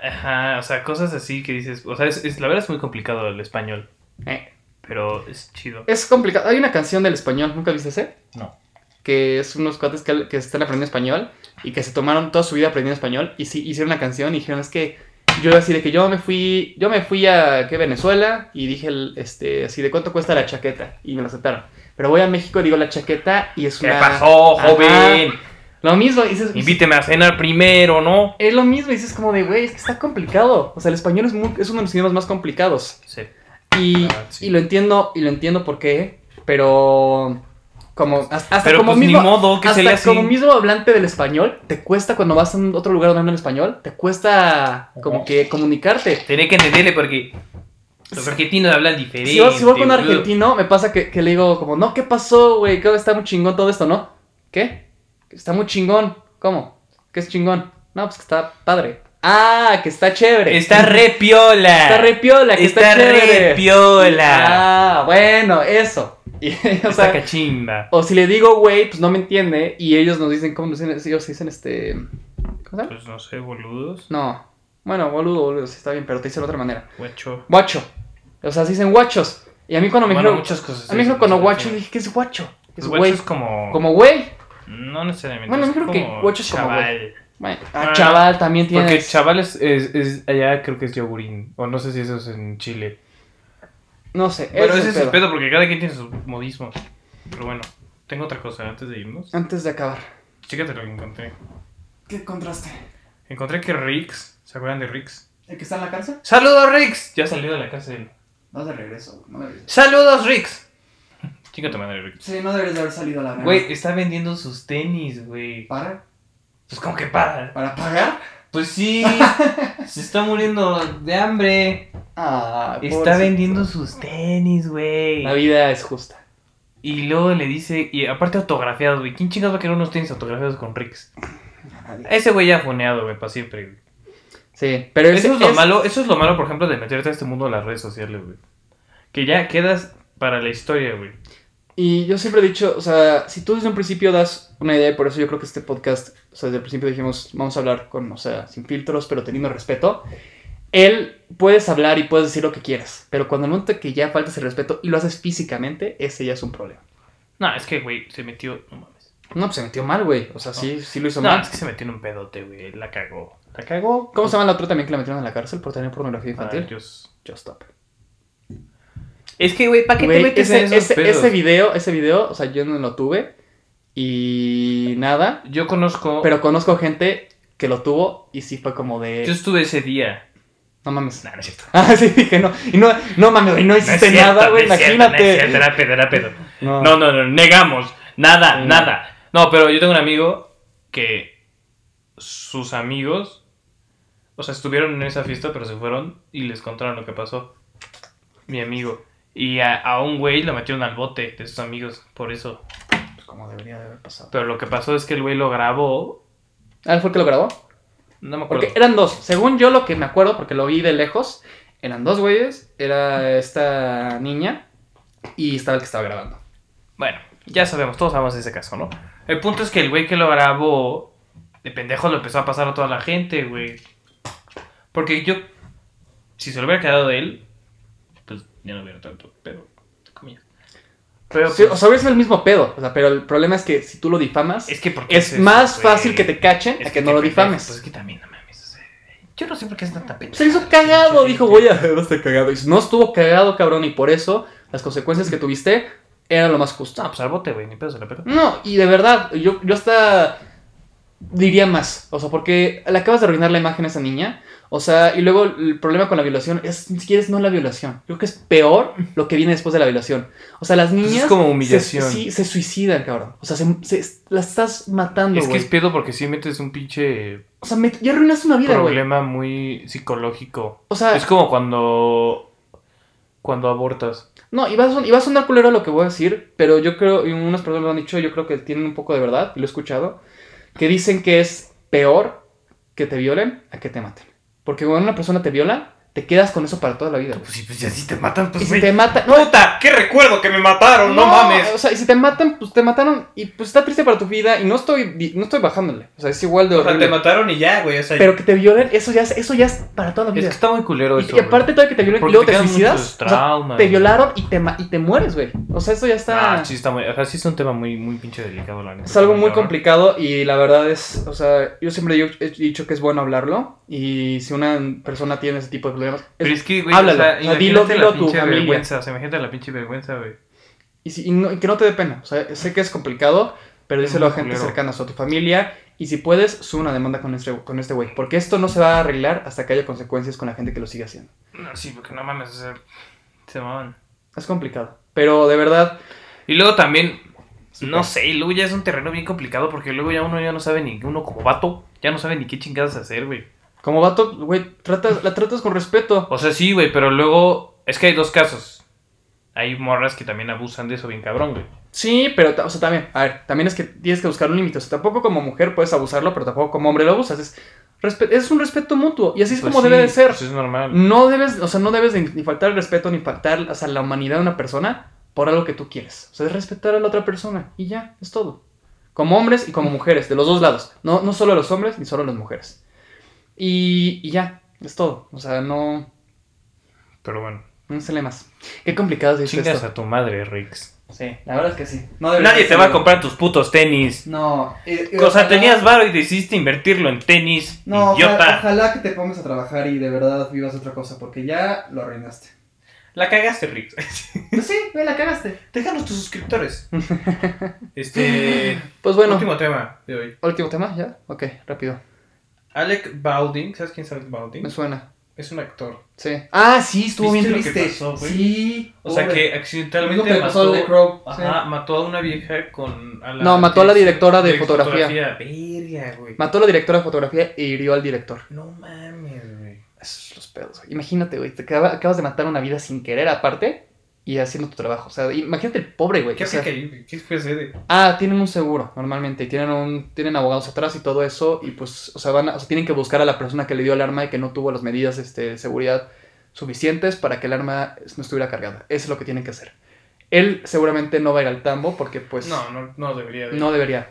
S1: Ajá, o sea, cosas así que dices, o sea, es, es- la verdad es muy complicado el español,
S2: eh,
S1: pero es chido.
S2: Es complicado. Hay una canción del español, ¿nunca viste ese?
S1: No.
S2: Que es unos cuates que, que están aprendiendo español y que se tomaron toda su vida aprendiendo español y sí, hicieron una canción y dijeron, es que yo así de que yo me fui, yo me fui a ¿qué? Venezuela y dije, el, este, así de cuánto cuesta la chaqueta y me lo aceptaron. Pero voy a México y digo la chaqueta y es
S1: ¿Qué
S2: una...
S1: pasó,
S2: Ajá. <laughs>
S1: joven?
S2: Lo mismo, y dices,
S1: Invíteme a cenar primero, ¿no?
S2: Es lo mismo, y dices como de, güey, es que está complicado. O sea, el español es, muy- es uno de los idiomas más complicados.
S1: Sí.
S2: Y,
S1: Ah, sí.
S2: y lo entiendo, y lo entiendo por qué, pero como hasta, hasta
S1: Pero
S2: como
S1: pues
S2: mismo...
S1: ni modo que se le
S2: hasta
S1: así.
S2: como mismo hablante del español, te cuesta cuando vas a un otro lugar donde hablan español, te cuesta como que comunicarte.
S1: Tenía que entenderle porque los argentinos hablan diferente.
S2: Si voy, si voy con un
S1: boludo.
S2: argentino, me pasa que, que le digo como, no, ¿qué pasó, güey? Creo que está muy chingón todo esto, ¿no? ¿Qué? Está muy chingón. ¿Cómo? ¿Qué es chingón? No, pues que está padre. Ah, que está chévere.
S1: Está re piola.
S2: Está re piola, que está,
S1: Está
S2: chévere.
S1: re piola.
S2: Ah, bueno, eso. <laughs> Y, o,
S1: Está
S2: sea,
S1: cachimba.
S2: o si le digo güey, pues no me entiende. Y ellos nos dicen, ¿cómo nos dicen? Ellos dicen este. ¿Cómo se llama?
S1: Pues no sé, boludos.
S2: No. Bueno, boludo, boludo, sí está bien, pero te dicen de otra manera.
S1: Guacho.
S2: Guacho. O sea, se dicen guachos. Y a mí cuando me
S1: bueno,
S2: dijeron.
S1: muchas cosas.
S2: A mí me dijeron cuando guacho, yo dije, ¿qué es guacho? Es
S1: Es
S2: güey.
S1: es como.
S2: Como güey.
S1: No necesariamente.
S2: Bueno,
S1: es
S2: yo creo que
S1: como
S2: guacho es como
S1: chaval.
S2: Bueno,
S1: Ah,
S2: ah, chaval también tiene.
S1: Porque chaval es, es, es- Allá creo que es yogurín. O no sé si eso es en Chile.
S2: No sé.
S1: Pero
S2: ese es el pedo.
S1: pedo porque cada quien tiene su modismo. Pero bueno, tengo otra cosa antes de irnos.
S2: Antes de acabar.
S1: Chécate lo que encontré.
S2: ¿Qué contraste?
S1: Encontré que Rix. ¿Se acuerdan de Rix?
S2: ¿El que está en la cárcel?
S1: ¡Saludos, Rix! Ya salió de la cárcel.
S2: No de regreso, no de regreso.
S1: ¡Saludos, Rix! <laughs> Chinga tu madre, Rix.
S2: Sí, no deberías de haber salido a la
S1: Güey, está vendiendo sus tenis, güey.
S2: ¿Para?
S1: Pues como que para.
S2: ¿Para pagar?
S1: Pues
S2: <laughs>
S1: sí, se está muriendo de hambre.
S2: Ah,
S1: Está vendiendo sus tenis, güey.
S2: La vida es justa.
S1: Y luego le dice, y aparte autografiados, güey. ¿Quién chingados va a querer unos tenis autografiados con Rix? Ese güey ya funeado, güey, para siempre, güey.
S2: Sí, pero
S1: Eso
S2: ese
S1: es lo malo, eso es lo malo, por ejemplo, de meterte a este mundo de las redes sociales, güey. Que ya quedas para la historia, güey.
S2: Y yo siempre he dicho, o sea, si tú desde un principio das una idea, y por eso yo creo que este podcast, o sea, desde el principio dijimos, vamos a hablar con, o sea, sin filtros, pero teniendo respeto. Él puedes hablar y puedes decir lo que quieras, pero cuando el momento que ya faltas el respeto y lo haces físicamente, ese ya es un problema.
S1: No, es que, güey, se metió. No mames.
S2: No, pues se metió mal, güey. O sea, sí, sí lo hizo
S1: No,
S2: mal.
S1: es que se metió en un pedote, güey. La cagó. La cagó.
S2: ¿Cómo se llama la otra también que la metieron en la cárcel por tener pornografía
S1: Ah,
S2: infantil?
S1: Dios.
S2: Just stop.
S1: Es que, güey, ¿para qué
S2: Güey,
S1: te metes
S2: ese,
S1: en esos
S2: ese-
S1: pedos?
S2: ese video, ese video, o sea, yo no lo tuve y nada,
S1: Yo conozco.
S2: pero conozco gente que lo tuvo y sí fue como de...
S1: Yo estuve ese día.
S2: No mames. <laughs>
S1: No, no es cierto.
S2: Ah, sí, dije no. Y no, no mames, güey, no
S1: No es
S2: hiciste
S1: cierto,
S2: nada, güey,
S1: no es cierto, no es
S2: imagínate.
S1: cierto, era pedo, era pedo.
S2: No.
S1: No, no, no, negamos. Nada,
S2: Mm.
S1: nada. No, pero yo tengo un amigo que sus amigos, o sea, estuvieron en esa fiesta, pero se fueron y les contaron lo que pasó. Mi amigo. Y a, a un güey lo metieron al bote de sus amigos, por eso.
S2: Pues Como debería de haber pasado.
S1: Pero lo que pasó es que el güey lo grabó.
S2: Ah, fue el que lo grabó.
S1: No me acuerdo.
S2: Porque eran dos. Según yo lo que me acuerdo, porque lo vi de lejos, eran dos güeyes. Era esta niña y estaba el que estaba grabando.
S1: Bueno, ya sabemos, todos sabemos ese caso, ¿no? El punto es que el güey que lo grabó, de pendejo lo empezó a pasar a toda la gente, güey. Porque yo, si se lo hubiera quedado de él, pues ya no hubiera tanto, pero, entre comillas. Pero,
S2: Sí,
S1: pues,
S2: o sea, hubiera sido el mismo pedo. O sea, pero el problema es que si tú lo difamas,
S1: es que porque
S2: es más fácil que te cachen a que, no lo difames.
S1: Pues es que también, no mames. o sea, yo no sé por qué es tanta pendeja.
S2: Se hizo cagado, dijo, voy a no está cagado. Y no estuvo cagado, cabrón, y por eso las consecuencias que tuviste eran lo más justo.
S1: No, pues al bote, güey, ni pedo se la pegó.
S2: No, y de verdad, yo, yo hasta diría más. O sea, porque le acabas de arruinar la imagen a esa niña. O sea, y luego el problema con la violación es, si quieres, no la violación. Yo creo que es peor lo que viene después de la violación. O sea, las niñas.
S1: Pues es como
S2: se-
S1: humillación.
S2: sí, se suicidan, cabrón. O sea, se, se- las estás matando,
S1: Es que
S2: güey.
S1: es pedo porque si metes un pinche
S2: O sea, me- ya arruinaste una vida, güey.
S1: problema muy psicológico.
S2: O sea,
S1: Es como cuando. Cuando abortas.
S2: No, iba a, son- iba a sonar culero lo que voy a decir, pero yo creo, y unas personas lo han dicho, yo creo que tienen un poco de verdad, y lo he escuchado, que dicen que es peor que te violen a que te maten. Porque cuando una persona te viola, te quedas con eso para toda la vida. güey.
S1: Pues sí, pues si así te matan,
S2: Y
S1: pues
S2: si
S1: güey.
S2: te matan, no,
S1: ¡Puta! ¡Qué recuerdo que me mataron! ¡No, mames!
S2: O sea, y si te matan, pues te mataron y pues está triste para tu vida y no estoy, di- no estoy bajándole. O sea, es igual de
S5: O sea, te
S2: horrible.
S5: mataron y ya, güey. O sea,
S2: pero que te violen, eso ya, es- eso ya es para toda la
S1: Es
S2: vida.
S1: que está muy culero
S2: Y-
S1: eso.
S2: y, aparte todavía que te violen y
S1: Porque
S2: luego
S1: te
S2: te,
S1: quedan
S2: suicidas,
S1: muchos
S2: o sea,
S1: traumas,
S2: te
S1: güey.
S2: violaron y te, ma- y te mueres, güey. O sea, eso ya
S1: güey.
S2: está...
S1: Ah, sí, está muy. O sea, sí es un tema muy, muy pinche delicado, la neta.
S2: Es algo muy
S1: Cabrón.
S2: complicado y la verdad es, o sea, yo siempre digo- he dicho que es bueno hablarlo y si una persona tiene ese tipo de problemas, es-
S1: Pero es que, güey,
S2: Háblalo,
S1: o sea,
S2: o sea,
S1: imagínate
S2: dilo- dilo a
S1: la
S2: tu
S1: pinche
S2: familia.
S1: vergüenza. O sea, imagínate la pinche vergüenza, güey.
S2: y, si- y no- y que no te dé pena, o sea, sé que es complicado, pero
S1: Es
S2: díselo a
S1: muy
S2: gente
S1: culero.
S2: cercana, o sea, a tu familia y si puedes, sube una demanda con este con este güey, porque esto no se va a arreglar hasta que haya consecuencias con la gente que lo sigue haciendo.
S1: No, sí, porque no mames, o sea. Se maman.
S2: Es complicado, pero de verdad,
S1: Y luego también. No
S2: claro.
S1: sé, y luego ya es un terreno bien complicado porque luego ya uno ya no sabe ni. Uno como vato, ya no sabe ni qué chingadas hacer, güey.
S2: como vato, güey, tratas, la tratas con respeto.
S1: O sea, sí, güey, pero luego. Es que hay dos casos. Hay morras que también abusan de eso bien cabrón, güey.
S2: Sí, pero, ta- o sea, también, a ver, también es que tienes que buscar un límite. O sea, tampoco como mujer puedes abusarlo, pero tampoco como hombre lo abusas. Es, respe- es un respeto mutuo y así es
S1: Pues
S2: como
S1: sí,
S2: debe de ser.
S1: pues es
S5: Mm.
S1: normal.
S2: No debes, o sea, no debes de ni faltar el respeto ni faltar, o sea, la humanidad de una persona por algo que tú quieres. O sea, es respetar a la otra persona y ya, es todo. Como hombres y como
S1: Mm.
S2: mujeres, de los dos lados. No, no solo a los hombres ni solo a las mujeres. Y, y ya, es todo. O sea, no,
S1: Pero bueno,
S2: no sale más. Qué complicado es
S1: chingas
S2: esto.
S1: a tu madre, Rix.
S2: Sí, la verdad es que sí. No debería
S1: Nadie te
S2: ser
S1: va a
S2: algo.
S1: comprar tus putos tenis.
S5: no. eh,
S1: O sea, tenías varo y decidiste invertirlo en tenis,
S5: No, ojalá,
S1: idiota.
S5: ojalá que te pongas a trabajar y de verdad vivas otra cosa, porque ya lo arruinaste.
S1: La cagaste, Rix. <laughs>
S5: Pues sí, güey, la cagaste.
S1: Déjanos
S5: <laughs>
S1: tus suscriptores. este.
S2: Pues bueno.
S1: tema de hoy.
S2: Último tema, ¿ya? Ok, rápido.
S1: Alec Balding, ¿sabes quién es Alec Balding?
S2: Me suena.
S1: Es un actor.
S2: Sí. Ah, sí, estuvo bien
S1: ¿Viste lo que
S2: triste.
S1: pasó, güey?
S5: Sí.
S1: O sea
S5: pobre.
S1: que
S5: Lo mismo
S1: accidentalmente
S5: que le pasó al de Crow.
S1: Ajá, mató a una vieja con. a
S2: No, mató a la directora de fotografía.
S1: Verga, güey.
S2: Mató a la directora de fotografía e hirió al director.
S1: No mames, güey.
S2: Esos los pedos, güey. Imagínate, güey. Te acaba- acabas de matar una vida sin querer, aparte, y haciendo tu trabajo. O sea, imagínate el pobre, güey.
S1: ¿Qué
S2: o
S1: hace
S2: sea,
S1: que ahí, güey? ¿Qué fue ese de-
S2: Ah, tienen un seguro, normalmente. y Tienen un, tienen abogados atrás y todo eso. Y pues, o sea, van a- o sea, tienen que buscar a la persona que le dio el arma y que no tuvo las medidas este, de seguridad suficientes para que el arma no estuviera cargada. Eso es lo que tienen que hacer. Él seguramente no va a ir al tambo porque pues
S1: No, no, no debería de.
S2: no debería.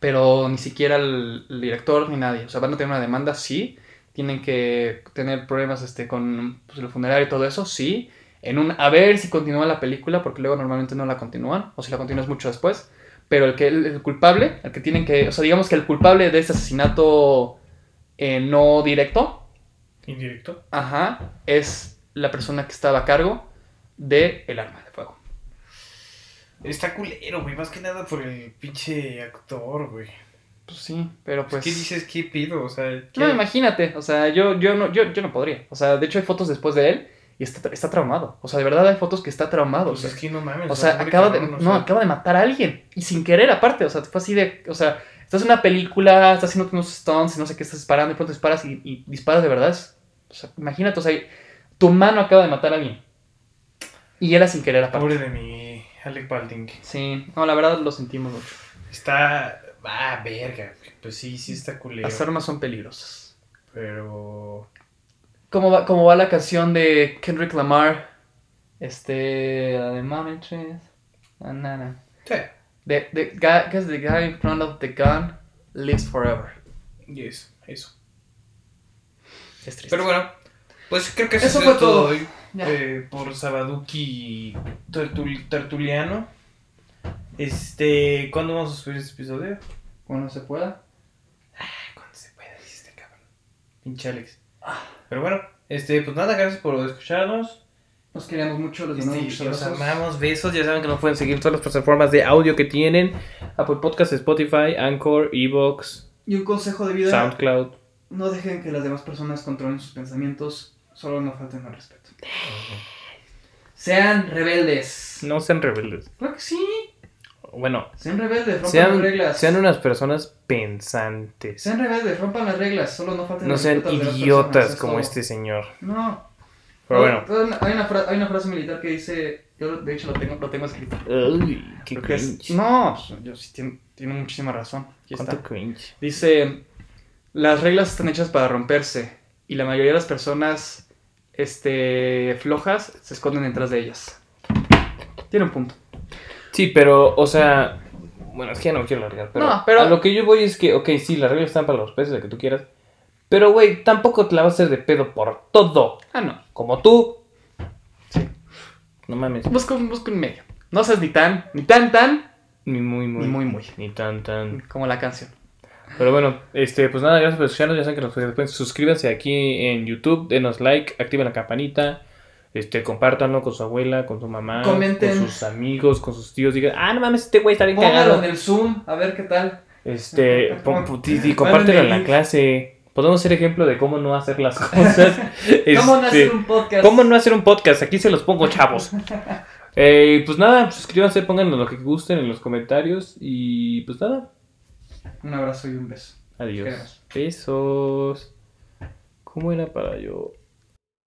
S2: Pero ni siquiera el, el director ni nadie. O sea, van a tener una demanda, sí. Tienen que tener problemas este, con pues, el funerario y todo eso, sí. En un, a ver si continúa la película, porque luego normalmente no la continúan, o si la continúas mucho después. pero el que el, el culpable, el que tienen que, o sea, digamos que el culpable de este asesinato eh, no directo,
S1: Indirecto.
S2: ajá, es la persona que estaba a cargo de el arma de fuego.
S6: Está culero, güey, más que nada por el pinche actor, güey.
S2: Pues sí, pero pues
S6: ¿Qué dices? ¿Qué pido? O sea, ¿qué?
S2: No, imagínate, o sea, yo, yo, no, yo, yo no podría. O sea, de hecho hay fotos después de él y está, está traumado. O sea, de verdad hay fotos que está traumado.
S6: Pues
S2: o sea,
S6: es que no mames.
S2: o sea,
S6: pobre
S2: acaba de,
S6: cabrón, o
S2: no,
S6: sea,
S2: acaba de matar a alguien. Y sin querer, aparte. O sea, fue así de, o sea, estás en una película, estás haciendo unos stunts y no sé qué, estás disparando y pronto disparas y, y disparas de verdad. Es- O sea, imagínate, o sea, tu mano acaba de matar a alguien. Y era sin querer, aparte.
S6: Pobre de mi Alec Balding.
S2: Sí, no, la verdad lo sentimos mucho.
S6: Está. Ah, verga, güey. Pues sí, sí está culero.
S2: Las armas son peligrosas.
S6: Pero.
S2: ¿Cómo va, cómo va la canción de Kendrick Lamar? Este. La de Mommy Trees. Na, na, na.
S6: Sí.
S2: The, the guy, guess the guy in front of the gun lives forever.
S6: Y eso, eso.
S2: Es triste.
S6: Pero bueno, pues creo que eso,
S2: Eso
S6: fue
S2: fue
S6: todo
S2: todo.
S6: hoy.
S2: Ya.
S6: eh, por Sabaduki Tertul- Tertuliano. Este, ¿cuándo vamos a subir este episodio?
S5: Cuando se pueda.
S6: Cuando se pueda, dice este cabrón. Pinche Alex. Pero bueno, este, pues nada, gracias por escucharnos.
S5: Los queríamos mucho, les
S6: Este,
S5: mandamos muchos
S6: los
S5: abrazos.
S6: amamos, besos. Ya saben que nos pueden seguir en todas las plataformas de audio que tienen: Apple Podcasts, Spotify, Anchor, Evox,
S5: Y un consejo de vida.
S6: SoundCloud.
S5: No dejen que las demás personas controlen sus pensamientos, solo no falten al respeto. Sean rebeldes.
S6: No sean rebeldes.
S5: Claro que sí.
S6: Bueno,
S5: Sean rebeldes, rompan las
S6: sean,
S5: reglas.
S6: sean unas personas pensantes.
S5: Sean rebeldes, rompan las reglas, solo no falten
S6: No
S5: al
S6: sean
S5: respeto a las demás personas,
S6: idiotas
S5: es
S6: como
S5: todo.
S6: este señor.
S5: No.
S6: Pero bueno.
S5: Todo- Hay una, fra- hay una frase militar que dice. Yo de hecho lo tengo, lo tengo escrito.
S6: Uy, qué
S2: Creo que es-
S6: cringe.
S2: No, pues, yo sí tiene, tiene muchísima razón. Aquí está.
S6: ¿Cuánto cringe?
S2: Dice, las reglas están hechas para romperse y la mayoría de las personas este, flojas se esconden detrás de ellas. Tiene un punto.
S6: Sí, pero, o sea, bueno, es que ya no me quiero largar, pero,
S2: No, pero-
S6: a lo que yo voy es que, ok, sí, las reglas están para los peces, la que tú quieras, pero, güey, tampoco te la vas a hacer de pedo por todo,
S2: Ah, no.
S6: como tú. No mames,
S2: Busca, un- busca un medio. No seas ni tan, ni tan tan,
S6: ni muy, muy,
S2: ni muy muy.
S6: ni tan, tan.
S2: Como la canción.
S6: Pero bueno, este, pues nada, gracias por escucharnos, ya saben que nos pueden, suscríbanse aquí en YouTube, denos like, activen la campanita. Este, compártanlo con su abuela, con su mamá,
S5: Comenten.
S6: con sus amigos, con sus tíos, digan, ah, no mames, este güey está bien cagado.
S5: Póngalo en el Zoom, a ver qué tal.
S6: Este, pon- pu- sí, sí,
S5: Mándenme
S6: compártelo en la
S5: link.
S6: clase. Podemos ser ejemplo de cómo no hacer las <laughs> cosas.
S5: <laughs> ¿Cómo no
S6: Este,
S5: hacer un podcast?
S6: cómo no hacer un podcast? Aquí se los pongo, chavos. Eh, pues nada, suscríbanse, pónganos lo que gusten en los comentarios. Y pues nada,
S5: Un abrazo y un beso.
S6: adiós.
S5: Queremos.
S6: Besos. ¿Cómo era para yo?